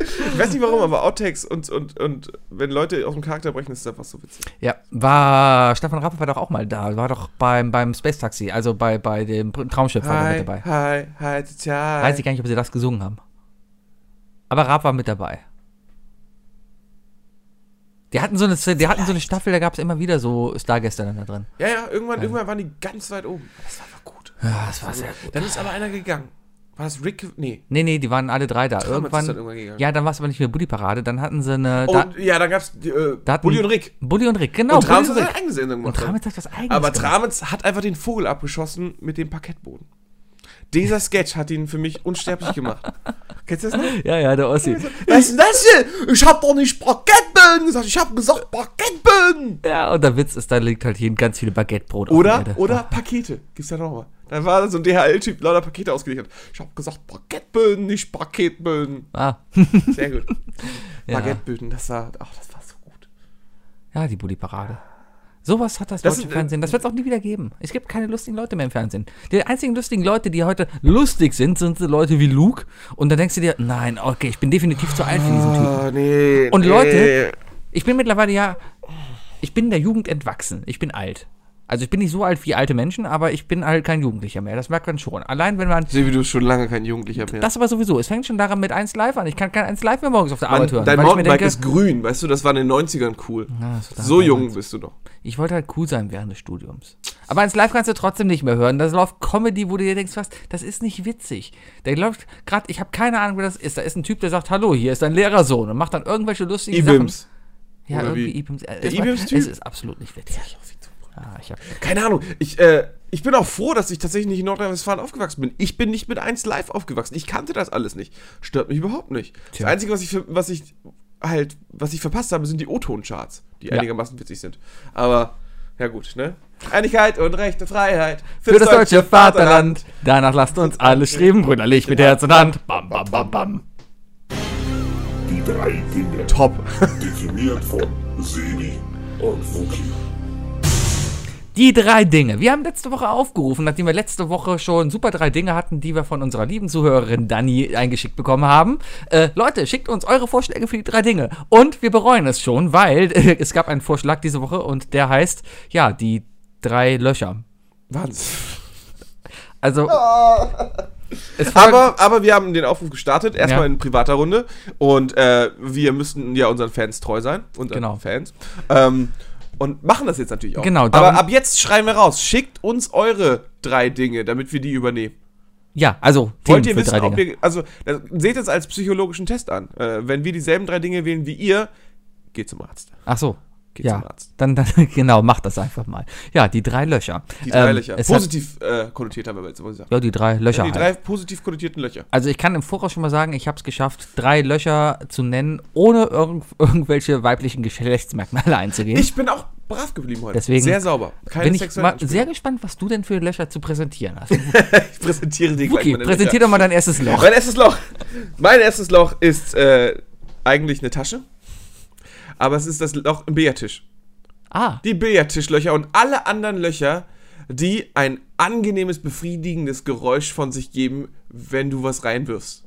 Ich weiß nicht warum, aber Outtakes und, und, und wenn Leute aus dem Charakter brechen, ist das einfach so witzig. Ja, war Stefan Rapp war doch auch mal da, war doch beim, beim Space Taxi, also bei, bei dem Pr- Traumschiff war er mit dabei. hi, hi, hi. Weiß ich gar nicht, ob sie das gesungen haben. Aber Rapp war mit dabei. Die hatten so eine, die hatten so eine Staffel, da gab es immer wieder so Stargäste dann da drin. Ja, ja, irgendwann, irgendwann waren die ganz weit oben. Das war einfach gut. Ja, das war sehr Dann ist aber einer gegangen. War das Rick? Nee. Nee, nee, die waren alle drei da. Irgendwann, ist dann irgendwann gegangen. ja, dann war es aber nicht mehr Buddy-Parade, dann hatten sie eine. Oh, da, ja, dann gab's die, äh, da hatten- Bulli und Rick. Bulli und Rick, genau. und Tramitz Bulli hat seine eigene Sendung und gemacht. Tramitz hat was eigenes. genau. aber gemacht. Tramitz hat einfach den Vogel abgeschossen mit dem Parkettboden. Dieser Sketch hat ihn für mich unsterblich gemacht. Kennst du das noch? Ja, ja, der Ossi. Was ist das hier? Ich hab doch nicht Baguetteböden gesagt. Ich hab gesagt Baguetteböden. Ja, und der Witz ist, da liegt halt jeden ganz viele Baguettebrot auf der Oder, Erde. oder Pakete. Gibt's ja nochmal. Da war so ein DHL-Typ, lauter Pakete ausgeliefert. Ich hab gesagt Baguetteböden, nicht Paketböden. Ah. Sehr gut. Ja. Baguetteböden, das war, ach, das war so gut. Ja, die Bulli-Parade. Sowas hat das, Das deutsche ist, äh, Fernsehen. Das wird es auch nie wieder geben. Es gibt keine lustigen Leute mehr im Fernsehen. Die einzigen lustigen Leute, die heute lustig sind, sind so Leute wie Luke. Und dann denkst du dir, nein, okay, ich bin definitiv zu alt für diesen Typen. Ah, nee. Und nee. Leute- Ich bin mittlerweile ja, ich bin der Jugend entwachsen. Ich bin alt. Also ich bin nicht so alt wie alte Menschen, aber ich bin halt kein Jugendlicher mehr. Das merkt man schon. Allein wenn man, Ich sehe, wie du schon lange kein Jugendlicher mehr das aber sowieso, es fängt schon daran mit 1 Live an. Ich kann kein 1 Live mehr morgens auf der Arbeit hören. Dein weil ich mir Mountainbike denke, ist grün, weißt du, das war in den 90ern cool. Ah, das war so damals. jung bist du noch. Ich wollte halt cool sein während des Studiums. Aber ans Live kannst du trotzdem nicht mehr hören. Das läuft Comedy, wo du dir denkst, was, das ist nicht witzig. Der läuft gerade, ich habe keine Ahnung, wer das ist. Da ist ein Typ, der sagt, hallo, hier ist dein Lehrersohn und macht dann irgendwelche lustigen E-Bims. Sachen. Ja, Oder irgendwie wie? Ibims. Äh, Der es war- Ibims-Typ? Es ist absolut nicht witzig. Ah, ich hab, Keine Ahnung. Ich, äh, ich bin auch froh, dass ich tatsächlich nicht in Nordrhein-Westfalen aufgewachsen bin. Ich bin nicht mit 1 live aufgewachsen. Ich kannte das alles nicht. Stört mich überhaupt nicht. Tja. Das Einzige, was ich, ver- was ich halt, was ich verpasst habe, sind die O-Ton-Charts, die Ja. einigermaßen witzig sind. Aber, ja gut, ne? Einigkeit und Rechte Freiheit für das deutsche Vaterland. Danach lasst uns alle streben, brüderlich mit Herz und Hand. Bam, bam, bam, bam. Die drei Kinder. Top. Definiert von Sebi und Wookie. Die drei Dinge. Wir haben letzte Woche aufgerufen, nachdem wir letzte Woche schon super drei Dinge hatten, die wir von unserer lieben Zuhörerin Dani eingeschickt bekommen haben. Äh, Leute, schickt uns eure Vorschläge für die drei Dinge. Und wir bereuen es schon, weil äh, es gab einen Vorschlag diese Woche und der heißt, ja, die drei Löcher. Wahnsinn. Also. Es folgen- Aber, aber wir haben den Aufruf gestartet, erstmal Ja. in privater Runde. Und äh, wir müssten ja unseren Fans treu sein, unseren Genau. Fans. Ähm, und machen das jetzt natürlich auch. Genau, darum- aber ab jetzt schreiben wir raus, schickt uns eure drei Dinge, damit wir die übernehmen. ja, also Wollt ihr für wissen, drei ob Dinge. wir, also das, seht es als psychologischen Test an. Äh, wenn wir dieselben drei Dinge wählen wie ihr, geht zum Arzt. Ach so. Geht ja, zum Arzt. dann, dann genau, macht das einfach mal. Ja, die drei Löcher. Die drei Ähm, Löcher. es hat- Positiv äh, konnotiert haben wir jetzt, muss ich sagen. Ja, die drei Löcher. Die halt. drei positiv konnotierten Löcher. Also ich kann im Voraus schon mal sagen, ich habe es geschafft, drei Löcher zu nennen, ohne irgend, irgendwelche weiblichen Geschlechtsmerkmale einzugehen. Ich bin auch brav geblieben heute. Deswegen sehr sauber. Keine bin ich sexuellen mal Anspielungen. sehr gespannt, was du denn für Löcher zu präsentieren hast. Ich präsentiere dir Okay, meine präsentier Löcher. doch mal dein erstes Loch. Mein erstes Loch. Mein erstes Loch ist äh, eigentlich eine Tasche. Aber es ist das Loch im Billardtisch. Ah, Die Billardtischlöcher und alle anderen Löcher, die ein angenehmes, befriedigendes Geräusch von sich geben, wenn du was reinwirfst.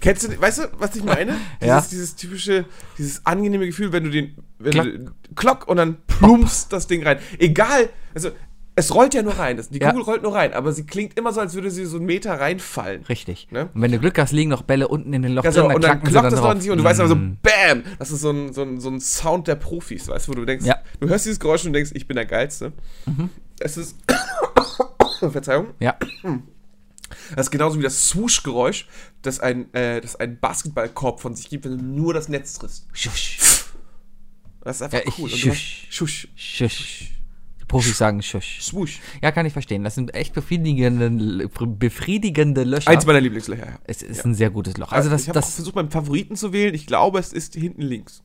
Kennst du, weißt du, was ich meine? Dieses, Ja. dieses typische, dieses angenehme Gefühl, wenn du den, wenn Klock. du den Klock und dann plumpst das Ding rein. Egal, also es rollt ja nur rein, das, die Ja. Kugel rollt nur rein, aber sie klingt immer so, als würde sie so einen Meter reinfallen. richtig. Ne? Und wenn du Glück hast, liegen noch Bälle unten in den Loch Ganz genau, und dann knacken sie dann klopft es noch an drauf. Mhm. sich und du weißt aber so, Bam! Das ist so ein, so, ein, so ein Sound der Profis, weißt du, wo du denkst, Ja. Mhm. du hörst dieses Geräusch und denkst, ich bin der Geilste. Es ist. Verzeihung. Ja, Das ist genauso wie das Swoosh-Geräusch, das ein, äh, das ein Basketballkorb von sich gibt, wenn du nur das Netz triffst. schusch, Das ist einfach Ja, ich- cool. Und du schusch. hast- Schusch. schusch. Die Profis sagen schusch. Swoosh. Ja, kann ich verstehen. Das sind echt befriedigende, befriedigende Löcher. Eins meiner Lieblingslöcher, ja. es ist ein sehr gutes Loch. Also das, ich habe das versucht, meinen Favoriten zu wählen. Ich glaube, es ist hinten links.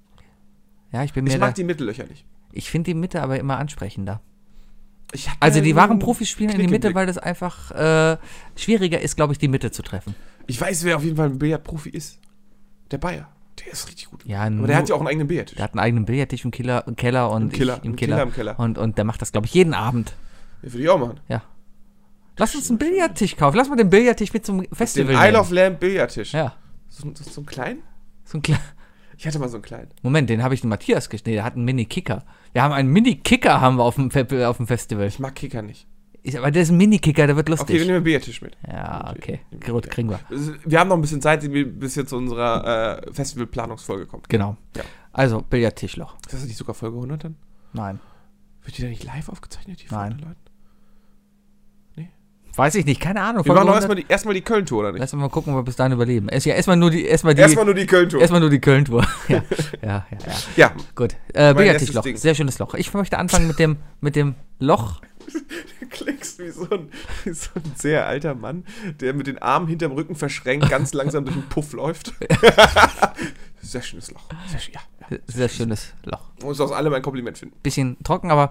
ja, ich bin mir Ich mag da, die Mittellöcher nicht. ich finde die Mitte aber immer ansprechender. Ich hab Also da die wahren einen Profis spielen in Knick die im Mitte, Blick. weil das einfach äh, schwieriger ist, glaube ich, die Mitte zu treffen. Ich weiß, wer auf jeden Fall ein Billardprofi ist. Der Bayer. Der ist richtig gut. Ja, Aber nur- der hat ja auch einen eigenen Billard. Der hat einen eigenen Billardtisch im Keller, im Keller und Im Keller, ich, im Keller, im Keller. Und, und der macht das, glaube ich, jeden Abend. Den würde ich auch machen. Ja. Lass uns einen Billardtisch kaufen. Lass mal den Billardtisch mit zum Den Festival. Isle nehmen. of Lamb Billardtisch. ja. So, so, so einen kleinen? So ein kleiner. Ich hatte mal so einen kleinen. Moment, den habe ich den Matthias geschnitten. Der hat einen Mini-Kicker. Wir haben einen Mini-Kicker haben wir auf dem, Fe auf dem Festival. Ich mag Kicker nicht. Ist, aber der ist ein Mini-Kicker, der wird Okay, wir lustig. nehmen den Billardtisch mit. Also, ja, okay. Gut, kriegen wir. Wir haben noch ein bisschen Zeit, die- bis jetzt zu unserer äh, Festivalplanungsfolge kommt. Genau. Ja. Also, Billardtischloch. Ist das nicht sogar Folge 100 dann? Nein. Wird die da nicht live aufgezeichnet, die Nein. Leuten? Weiß ich nicht, keine Ahnung. Wir machen doch Folge erstmal die, erstmal die Köln-Tour, oder nicht? Lass uns mal gucken, ob wir bis dahin überleben. Erst, ja, erstmal nur die, erstmal die, Erstmal nur die Köln-Tour. erstmal nur die Köln-Tour. ja, ja, ja, ja. Ja, Gut. Äh, letztes Billardtischloch. Ding. Sehr schönes Loch. Ich möchte anfangen mit dem, mit dem Loch. klickst wie so, ein, wie so ein sehr alter Mann, der mit den Armen hinterm Rücken verschränkt, ganz langsam durch den Puff läuft. sehr schönes Loch. Sehr schön, ja. Sehr schönes Loch. Muss aus allem ein Kompliment finden. Bisschen trocken, aber.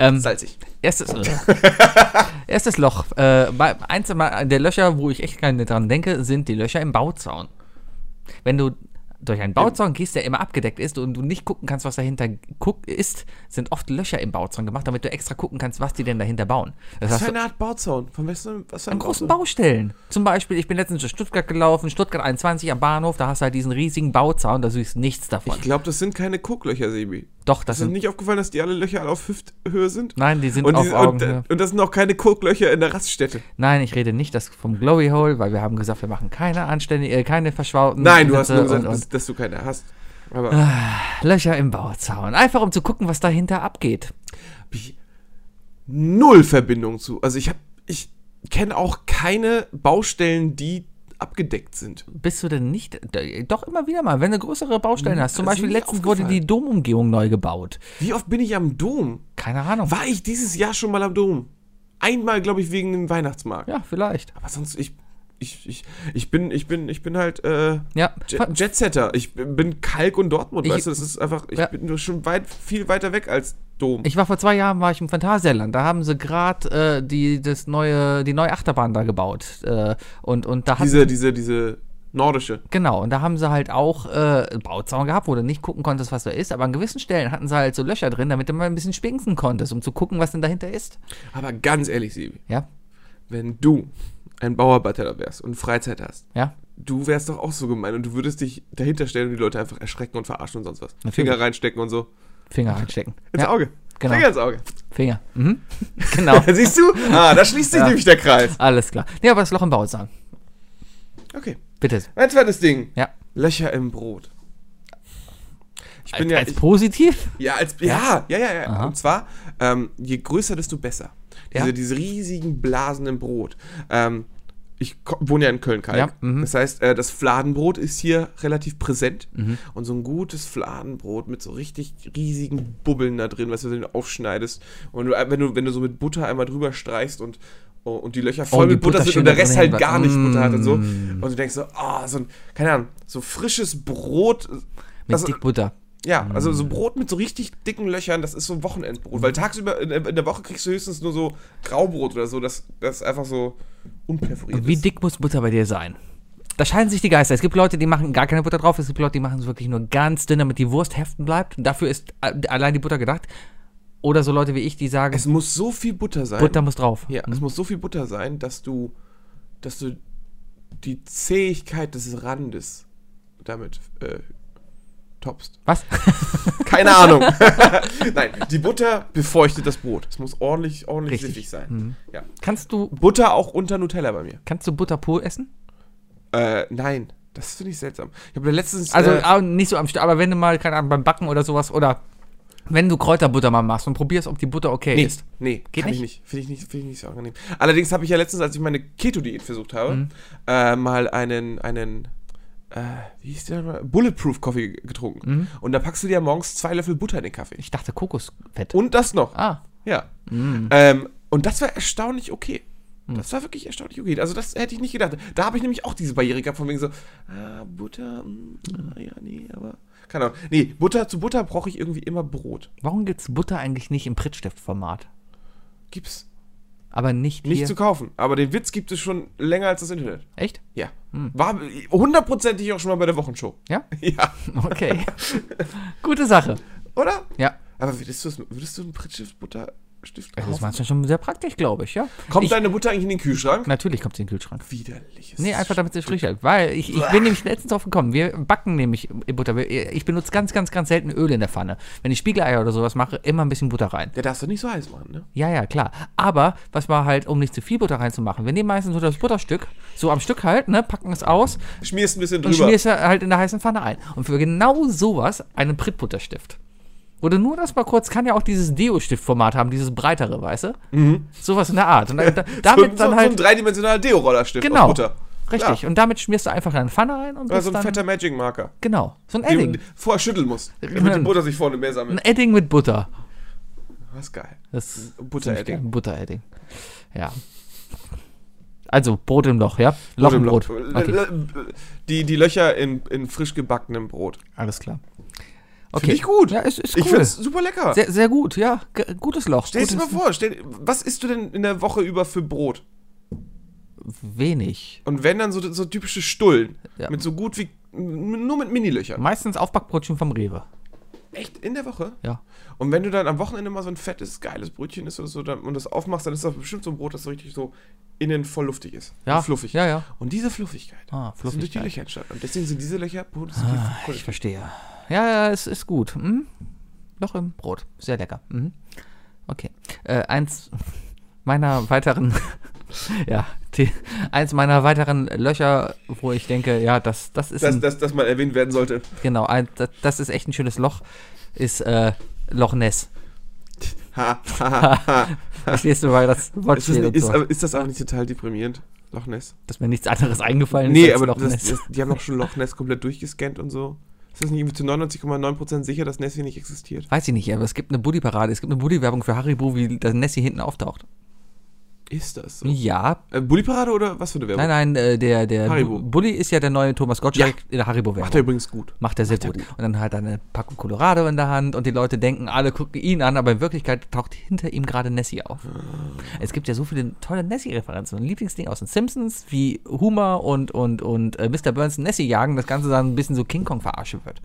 Ähm, Salzig. erstes, äh, erstes Loch. Äh, bei- eins mal- der Löcher, wo ich echt gerne dran denke, sind die Löcher im Bauzaun. Wenn du durch einen Bauzaun gehst, der immer abgedeckt ist und du nicht gucken kannst, was dahinter guck ist, sind oft Löcher im Bauzaun gemacht, damit du extra gucken kannst, was die denn dahinter bauen. Das Was hast für du eine Art Bauzaun? Von wessen, was für einem an großen Bauzaun? Baustellen. Zum Beispiel, ich bin letztens durch Stuttgart gelaufen, Stuttgart 21 am Bahnhof, da hast du halt diesen riesigen Bauzaun, da siehst du nichts davon. Ich glaube, das sind keine Kucklöcher, Sebi. Doch, das Ist dir sind. nicht aufgefallen, dass die alle Löcher alle auf Hüfthöhe sind? Nein, die sind Und, auf die, und, Augenhöhe. und das sind auch keine Kucklöcher in der Raststätte. Nein, ich rede nicht das vom Glowy Hole, weil wir haben gesagt, wir machen keine anständige, äh, keine verschwauten. Nein, du hast Witze nur gesagt, und, dass, dass du keine hast. Aber und Löcher im Bauzaun. Einfach um zu gucken, was dahinter abgeht. hab ich null Verbindung zu. Also ich habe, ich kenne auch keine Baustellen, die abgedeckt sind. Bist du denn nicht. Doch immer wieder mal, wenn du größere Baustellen hast. Hm, Zum das ist Beispiel mir nicht letztens wurde die aufgefallen. Domumgehung neu gebaut. Wie oft bin ich am Dom? Keine Ahnung. War ich dieses Jahr schon mal am Dom? Einmal, glaube ich, wegen dem Weihnachtsmarkt. Ja, vielleicht. Aber sonst, ich, ich, ich, ich bin, ich bin, ich bin halt, äh, Ja. Jet- Jetsetter. Ich bin Kalk und Dortmund, Ich- weißt du, das ist einfach, ich Ja. bin nur schon weit, viel weiter weg als Dom. Ich war vor zwei Jahren war ich im Phantasialand. Da haben sie gerade äh, die das neue die neue Achterbahn da gebaut äh, und und da hat diese, diese, diese nordische. genau und da haben sie halt auch äh, einen Bauzaun gehabt, wo du nicht gucken konntest, was da ist. Aber an gewissen Stellen hatten sie halt so Löcher drin, damit du mal ein bisschen spinksen konntest, um zu gucken, was denn dahinter ist. Aber ganz ehrlich, Sebi, Ja, wenn du ein Bauarbeiter wärst und Freizeit hast, ja. du wärst doch auch so gemein und du würdest dich dahinter stellen und die Leute einfach erschrecken und verarschen und sonst was. Natürlich. Finger reinstecken und so. Finger reinstecken. Ins ja, Auge. genau. Finger ins Auge. Finger. Mhm. Genau. Siehst du? Ah, da schließt sich nämlich der Kreis. Alles klar. Ja, aber das Loch im Bauzaun. Okay. Bitte. Mein zweites Ding. Ja. Löcher im Brot. Ich bin als, ja, als ich, positiv. Ja, als ja, ja, ja, ja. Aha. Und zwar, ähm, je größer, desto besser. Diese, Ja. diese riesigen Blasen im Brot. Ähm, ich ko- wohne ja in Köln-Kalk. Ja, mhm. Das heißt, äh, das Fladenbrot ist hier relativ präsent. Mhm. Und so ein gutes Fladenbrot mit so richtig riesigen Bubbeln da drin, was du dann aufschneidest. Und du, äh, wenn, du, wenn du so mit Butter einmal drüber streichst und, oh, und die Löcher voll die mit Butter, Butter sind und schön der da Rest drin halt gar hängen nicht bleibt. Butter hat und so. Mm. Und du denkst so, ah, so ein, keine Ahnung, so frisches Brot. also, Mit das- dick Butter. ja, Mhm. also so Brot mit so richtig dicken Löchern, das ist so Wochenendbrot. Weil tagsüber in, in der Woche kriegst du höchstens nur so Graubrot oder so, das, das einfach so unperforiert Wie ist. dick muss Butter bei dir sein? Da scheiden sich die Geister. Es gibt Leute, die machen gar keine Butter drauf. Es gibt Leute, die machen es wirklich nur ganz dünn, damit die Wurst heften bleibt. Und dafür ist a- allein die Butter gedacht. Oder so Leute wie ich, die sagen, Es muss so viel Butter sein. Butter muss ne? drauf. Mhm. ja, es muss so viel Butter sein, dass du, dass du die Zähigkeit des Randes damit äh, topst. Was? Keine Ahnung. Nein, die Butter befeuchtet das Brot. Es muss ordentlich, ordentlich Richtig. Mhm. siffig sein. Ja. kannst, du, Butter auch unter Nutella bei mir. kannst du Butter pur essen? Äh, nein. Das finde ich seltsam. Ich habe letztens. Also äh, ah, nicht so am Stück, aber wenn du mal, keine Ahnung, beim Backen oder sowas oder wenn du Kräuterbutter mal machst und probierst, ob die Butter okay Nee, ist. nee Geht kann ich nicht. Finde ich nicht, finde ich nicht so angenehm. Allerdings habe ich ja letztens, als ich meine Keto-Diät versucht habe, Mhm. äh, mal einen, einen, äh, wie hieß der nochmal? Bulletproof Coffee getrunken. Mhm. Und da packst du dir morgens zwei Löffel Butter in den Kaffee. Ich dachte Kokosfett. Und das noch. ah, Mhm. Ja. Ähm, und das war erstaunlich okay. Das war wirklich erstaunlich okay. Also das hätte ich nicht gedacht. Da habe ich nämlich auch diese Barriere gehabt, von wegen so, ah, Butter, mm, ah, ja, nee, aber. Keine Ahnung. Nee, Butter zu Butter brauche ich irgendwie immer Brot. warum gibt es Butter eigentlich nicht im Prittstiftformat? Gibt's. Aber nicht, Nicht hier. zu kaufen. Aber den Witz gibt es schon länger als das Internet. Echt? Ja. Hm. War hundertprozentig auch schon mal bei der Wochenshow. Ja? Ja. Okay. Gute Sache. Oder? Ja. Aber würdest du, es- würdest du einen Prittschiff Butterstift Das ist kaufen? manchmal schon sehr praktisch, glaube ich, ja. Kommt ich, deine Butter eigentlich in den Kühlschrank? Natürlich kommt sie in den Kühlschrank. Widerliches. Nee, einfach damit sie frisch hält. Weil ich, ich bin nämlich letztens drauf gekommen. Wir backen nämlich Butter. Wir- Ich benutze ganz, ganz, ganz selten Öl in der Pfanne. Wenn ich Spiegeleier oder sowas mache, immer ein bisschen Butter rein. Der darfst du nicht so heiß machen, ne? Ja, ja, klar. Aber was war halt, um nicht zu viel Butter reinzumachen? Wir nehmen meistens so das Butterstück, so am Stück halt, ne, packen es aus Schmierst ein bisschen und drüber. schmierst ja halt in der heißen Pfanne ein. Und für genau sowas einen Prittbutterstift. Oder nur das mal kurz, kann ja auch dieses Deo-Stiftformat haben, dieses breitere, weißt du? Sowas in der Art. Und da, da, damit Mhm. so, dann so, halt. so ein dreidimensionaler Deo-Rollerstift Genau. aus Butter. Richtig. Und damit schmierst du einfach in eine Pfanne rein und Oder so bist ein dann, fetter Magic-Marker. genau so ein Den man Edding, vorher schütteln muss, damit die Genau. Butter sich vorne mehr ein sammelt. Edding mit Butter. Das ist geil. Das Butter-Edding. ziemlich geil. Butter-Edding. Ja. Also, Brot im Loch, ja? Loch im Brot. L- Okay, l- Die, die Löcher in, in frisch gebackenem Brot. alles klar. Finde ich gut. Ja, ist, ist Ich cool. finde es super lecker. Sehr, sehr gut, ja. G gutes Loch. Stell dir gutes, mal vor, stell, was isst du denn in der Woche über für Brot? Wenig. Und wenn dann so, so typische Stullen. Ja. Mit so gut wie. m- Nur mit Minilöchern. Meistens Aufbackbrötchen vom Rewe. Echt? In der Woche? Ja. Und wenn du dann am Wochenende mal so ein fettes, geiles Brötchen isst oder so dann, und das aufmachst, dann ist das bestimmt so ein Brot, das so richtig so innen voll luftig ist. Ja. Und fluffig. Ja, ja. Und diese Fluffigkeit. Ah, ist Sind durch die Fluffigkeit. Ah, Löcher entstanden. Und deswegen sind diese Löcher. Brot, das ist Ich verstehe. Ja, ja, es ist gut. Hm? Loch im Brot. Sehr lecker. Mhm. Okay. Äh, eins meiner weiteren. ja, die, eins meiner weiteren Löcher, wo ich denke, ja, das, das ist. das, ein, das, das mal erwähnt werden sollte. Genau, ein, das, das ist echt ein schönes Loch. Ist äh, Loch Ness. Ha, ha, ha, ha. Verstehst du, weil das Wort Ist das, steht nicht, und ist, so. aber- ist das auch nicht total deprimierend? Loch Ness? Dass mir nichts anderes eingefallen Nee, ist als aber Loch das, Ness. das, die haben auch schon Loch Ness komplett durchgescannt und so. Ist das nicht irgendwie zu 99,9% sicher, dass Nessie nicht existiert? Weiß ich nicht, aber es gibt eine Buddy-Parade. Es gibt eine Buddy-Werbung für Haribo, wie das Nessie hinten auftaucht. Ist das so? Ja, Äh, Bulli-Parade oder was für eine Werbung? Nein, nein, äh, der, der Haribo. Bu- Bulli ist ja der neue Thomas Gottschalk Ja. in der Macht er Haribo-Werbung. übrigens gut. Macht er sehr gut. Und dann hat er eine Packung Colorado in der Hand und die Leute denken, alle gucken ihn an, aber in Wirklichkeit taucht hinter ihm gerade Nessie auf. Ah. Es gibt ja so viele tolle Nessie-Referenzen. Ein Lieblingsding aus den Simpsons, wie Homer und, und, und äh, Mr. Burns Nessie jagen, das Ganze dann ein bisschen so King Kong verarsche wird.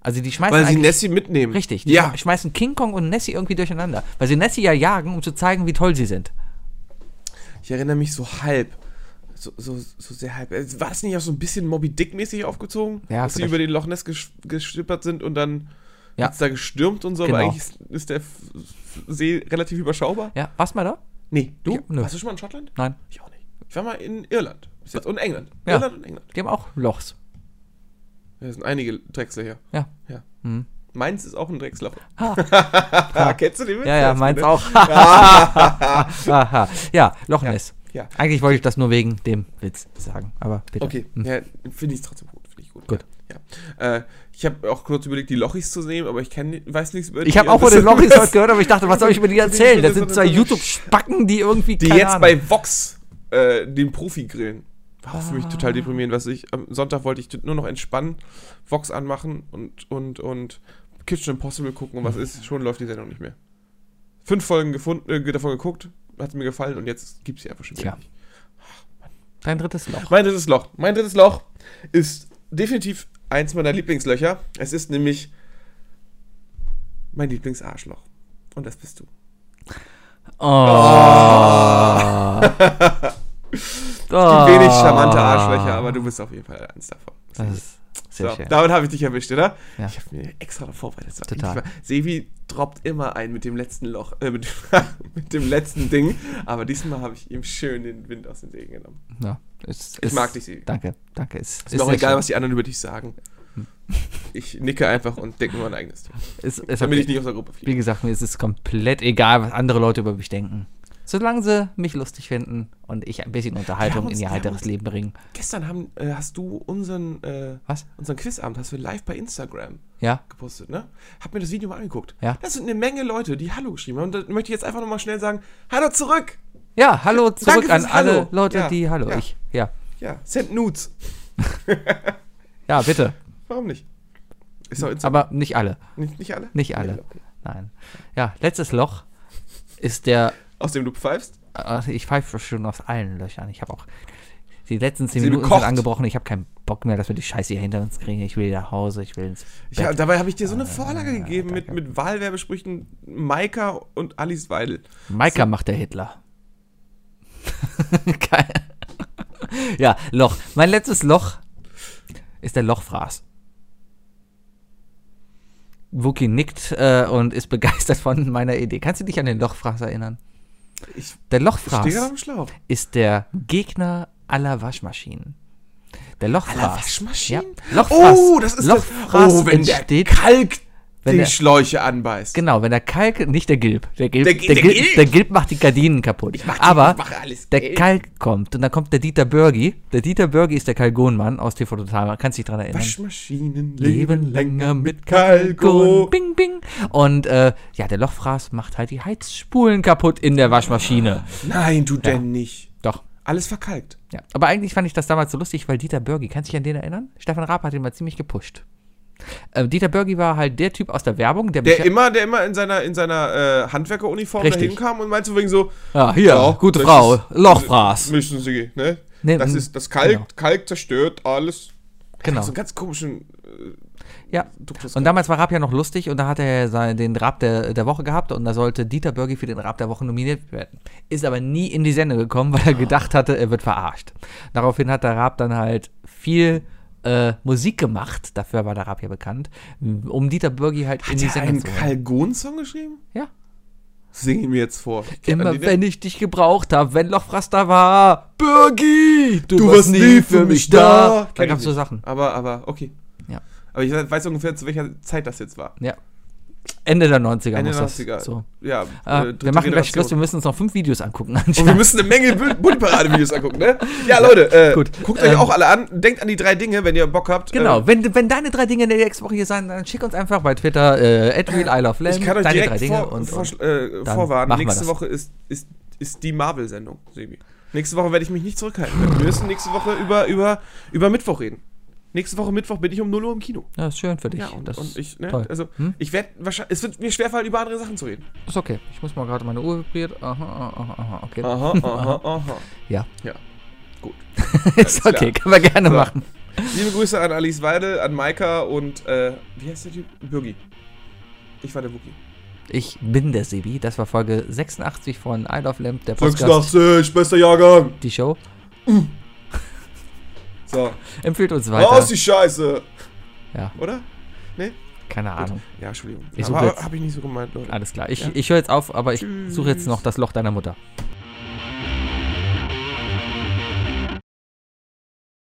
Also die schmeißen Weil sie eigentlich- Nessie mitnehmen. Richtig, die Ja. schmeißen King Kong und Nessie irgendwie durcheinander. Weil sie Nessie ja jagen, um zu zeigen, wie toll sie sind. Ich erinnere mich so halb. So, so, so sehr halb. Äh, War das nicht auch so ein bisschen Moby Dick-mäßig aufgezogen? Ja, dass sie vielleicht. über den Loch Ness gesch geschippert sind und dann Ja. hat's da gestürmt und so, aber Genau. eigentlich ist, ist der F- F- See relativ überschaubar. Ja, warst mal da? Nee, du? Ich- nö. Warst du schon mal in Schottland? Nein. Ich auch nicht. Ich war mal in Irland. Bis jetzt. Und England. Ja. Irland und England. Die haben auch Lochs. Ja, Das sind einige Drecksler Ja. hier. Ja. Hm. Mainz ist auch ein Drecksloch. Ha. Ah, kennst du den Witz? Ja, ja, Das- meins ne? auch. Haha. ja, Loch Ness. Ja. Eigentlich wollte ich das nur wegen dem Witz sagen, aber bitte. Okay, ja, finde ich trotzdem gut. Finde ich gut. Hm. Gut. Ja. Äh, ich habe auch kurz überlegt, die Lochis zu nehmen, aber ich kenn, weiß nichts über die. Ich habe auch von Und den das- Lochis heute gehört, aber ich dachte, was soll ich über die erzählen? Das sind Das zwei ist so eine- YouTube-Spacken, die irgendwie Die keine jetzt Ahnung. bei Vox äh, den Profi grillen. War für Ah. mich total deprimierend, was ich. Am Sonntag wollte ich nur noch entspannen, Vox anmachen und, und, und Kitchen Impossible gucken und was ist. Schon läuft die Sendung nicht mehr. Fünf Folgen gefunden, äh, davon geguckt, hat mir gefallen und jetzt gibt es sie einfach schon wieder Tja. nicht. Dein drittes Loch. Mein drittes Loch. Mein drittes Loch ist definitiv eins meiner Lieblingslöcher. Es ist nämlich mein Lieblingsarschloch. Und das bist du. Oh. Wenig charmante Arschlöcher, aber du bist auf jeden Fall eins davon. Das ist sehr So, schön. damit habe ich dich erwischt, oder? Ja. Ich habe mir extra noch vorbereitet. So, Total. endlich mal. Sevi droppt immer ein mit dem letzten Loch, äh, mit, mit dem letzten Ding. Aber diesmal habe ich ihm schön den Wind aus den Segen genommen. Ja, es, Ich es- mag dich, Sevi. Danke, danke. Es, Ist, mir auch egal, was die anderen über dich sagen. Ich nicke einfach und denke nur an eigenes Ding. ist, ist Damit okay. ich nicht aus der Gruppe fliege. Wie gesagt, mir ist es komplett egal, was andere Leute über mich denken. Solange sie mich lustig finden und ich ein bisschen Wir Unterhaltung haben uns- in ihr wir haben heiteres uns- Leben bringen. Gestern haben, äh, hast du unseren, äh, Was? unseren Quizabend hast du live bei Instagram Ja? gepostet, ne? Hab mir das Video mal angeguckt. Ja. Das sind eine Menge Leute, die Hallo geschrieben haben. Und da möchte ich jetzt einfach nochmal schnell sagen, Hallo zurück! Ja, hallo zurück Danke an fürs alle Hallo. Leute, Ja, die Hallo, ja. ich. Ja. Ja, send Nudes. Ja, bitte. Warum nicht? Ist doch Instagram. Aber nicht alle. Nicht, nicht alle? Nicht alle. Ja, okay. Nein. Ja, letztes Loch ist der. Aus dem du pfeifst? äh, Ich pfeife schon aus allen Löchern. Ich habe auch. Die letzten zehn Sie Minuten bekocht. sind angebrochen. Ich habe keinen Bock mehr, dass wir die Scheiße hier hinter uns kriegen. Ich will nach Hause. Ich will ins. Ich, Bett. hab- dabei habe ich dir so Ah. eine Vorlage gegeben mit, danke. mit Wahlwerbesprüchen Maika und Alice Weidel. Maika macht der Hitler. Geil. Ja, Loch. Mein letztes Loch ist der Lochfraß. Wookie nickt äh, und ist begeistert von meiner Idee. Kannst du dich an den Lochfraß erinnern? Ich Der stehe gerade Lochfraß am Schlauch. ist der Gegner aller Waschmaschinen. Der Lochfraß. Waschmaschinen? Ja. Lochfraß. Oh, das ist das- Lochfraß Oh, wenn der entsteht, Kalk Wenn die der, Schläuche anbeißt. genau, wenn der Kalk, nicht der Gilb, der Gilb, Der der, Gi- Gilb, der der, Gilb, Gilb? macht die Gardinen kaputt. mach die- Aber ich mache alles der gelb. Kalk kommt und dann kommt der Dieter Börgi. Der Dieter Börgi ist der Kalgonmann aus TV Total, man kann sich dran erinnern. Waschmaschinen Leben länger mit Kalkon. Bing, bing. Und äh, ja, der Lochfraß macht halt die Heizspulen kaputt in der Waschmaschine. Nein, du denn nicht. Doch. Alles verkalkt. Ja. Aber eigentlich fand ich das damals so lustig, weil Dieter Börgi, kannst du dich an den erinnern? Stefan Raab hat ihn mal ziemlich gepusht. Äh, Dieter Börgi war halt der Typ aus der Werbung, der, Der mich- immer, der immer in seiner, in seiner äh, Handwerkeruniform Richtig. dahin kam und meinte wegen so, Ja, hier, Ja, gute das Frau, ist- Lochfraß. müssen Sie, ne? Nee, das mm, ist, das Kalk, genau. Kalk zerstört alles. Genau. So einen ganz komischen Ja. Duktus. Und damals war Raab ja noch lustig und da hat er sein, den Raab der, der Woche gehabt und da sollte Dieter Börgi für den Raab der Woche nominiert werden. Ist aber nie in die Sendung gekommen, weil Ah. er gedacht hatte, er wird verarscht. Daraufhin hat der Raab dann halt viel äh, Musik gemacht, dafür war der Raab ja bekannt, um Dieter Börgi halt in Hat die er einen Sendung zu holen. Kalgon-Song geschrieben? Ja. Sing ihn mir jetzt vor. Immer An die- wenn ich dich gebraucht habe, wenn Lochfraß da war, Bürgi, du, warst nie für mich da. Da Kenn gab es ich so nicht. Sachen. Aber, aber, okay. Ja. Aber ich weiß ungefähr, zu welcher Zeit das jetzt war. Ja. Ende der 90er Ende muss 90er. das. So. Ja, Äh, dritte wir machen gleich Generation. Schluss, wir müssen uns noch fünf Videos angucken. Und wir müssen eine Menge Bu- Bullenparade-Videos angucken, ne? Ja, Leute, äh, Gut. guckt euch Ähm, auch alle an. Denkt an die drei Dinge, wenn ihr Bock habt. Genau, Äh, wenn, wenn deine drei Dinge in der Ex-Woche hier sein, dann schick uns einfach bei Twitter äh, @real I love Lamb, ich kann euch deine drei direkt Dinge vor, und, vor, und äh, dann vorwarnen. machen wir Nächste das. Woche ist, ist, ist die Marvel-Sendung, Sebi. Nächste Woche werde ich mich nicht zurückhalten. werden. Wir müssen nächste Woche über, über, über Mittwoch reden. Nächste Woche Mittwoch bin ich um 0 Uhr im Kino. das ist schön für dich. Ja, und, das und ich, ist ne, toll. also Hm? ich werde wahrscheinlich, es wird mir schwerfallen, über andere Sachen zu reden. ist okay. Ich muss mal gerade meine Uhr vibriert. Aha, aha, aha, okay. Aha, aha, aha. Ja. Ja. Gut. ist okay, können wir gerne So. machen. Liebe Grüße an Alice Weidel, an Maika und, äh, wie heißt der Typ? Bürgi. Ich war der Wookie. Ich bin der Sebi, das war Folge 86 von I Love Lamp, der Podcast, 86, bester Jahrgang. die Show. So, Empfehlt uns raus weiter. die Scheiße. Ja. Oder? Keine Ahnung. Ja, Entschuldigung. Ich suche Aber jetzt. hab ich nicht so gemeint, Leute. Alles klar. Ich, Ja. ich höre jetzt auf, aber ich suche jetzt Tschüss. noch das Loch deiner Mutter.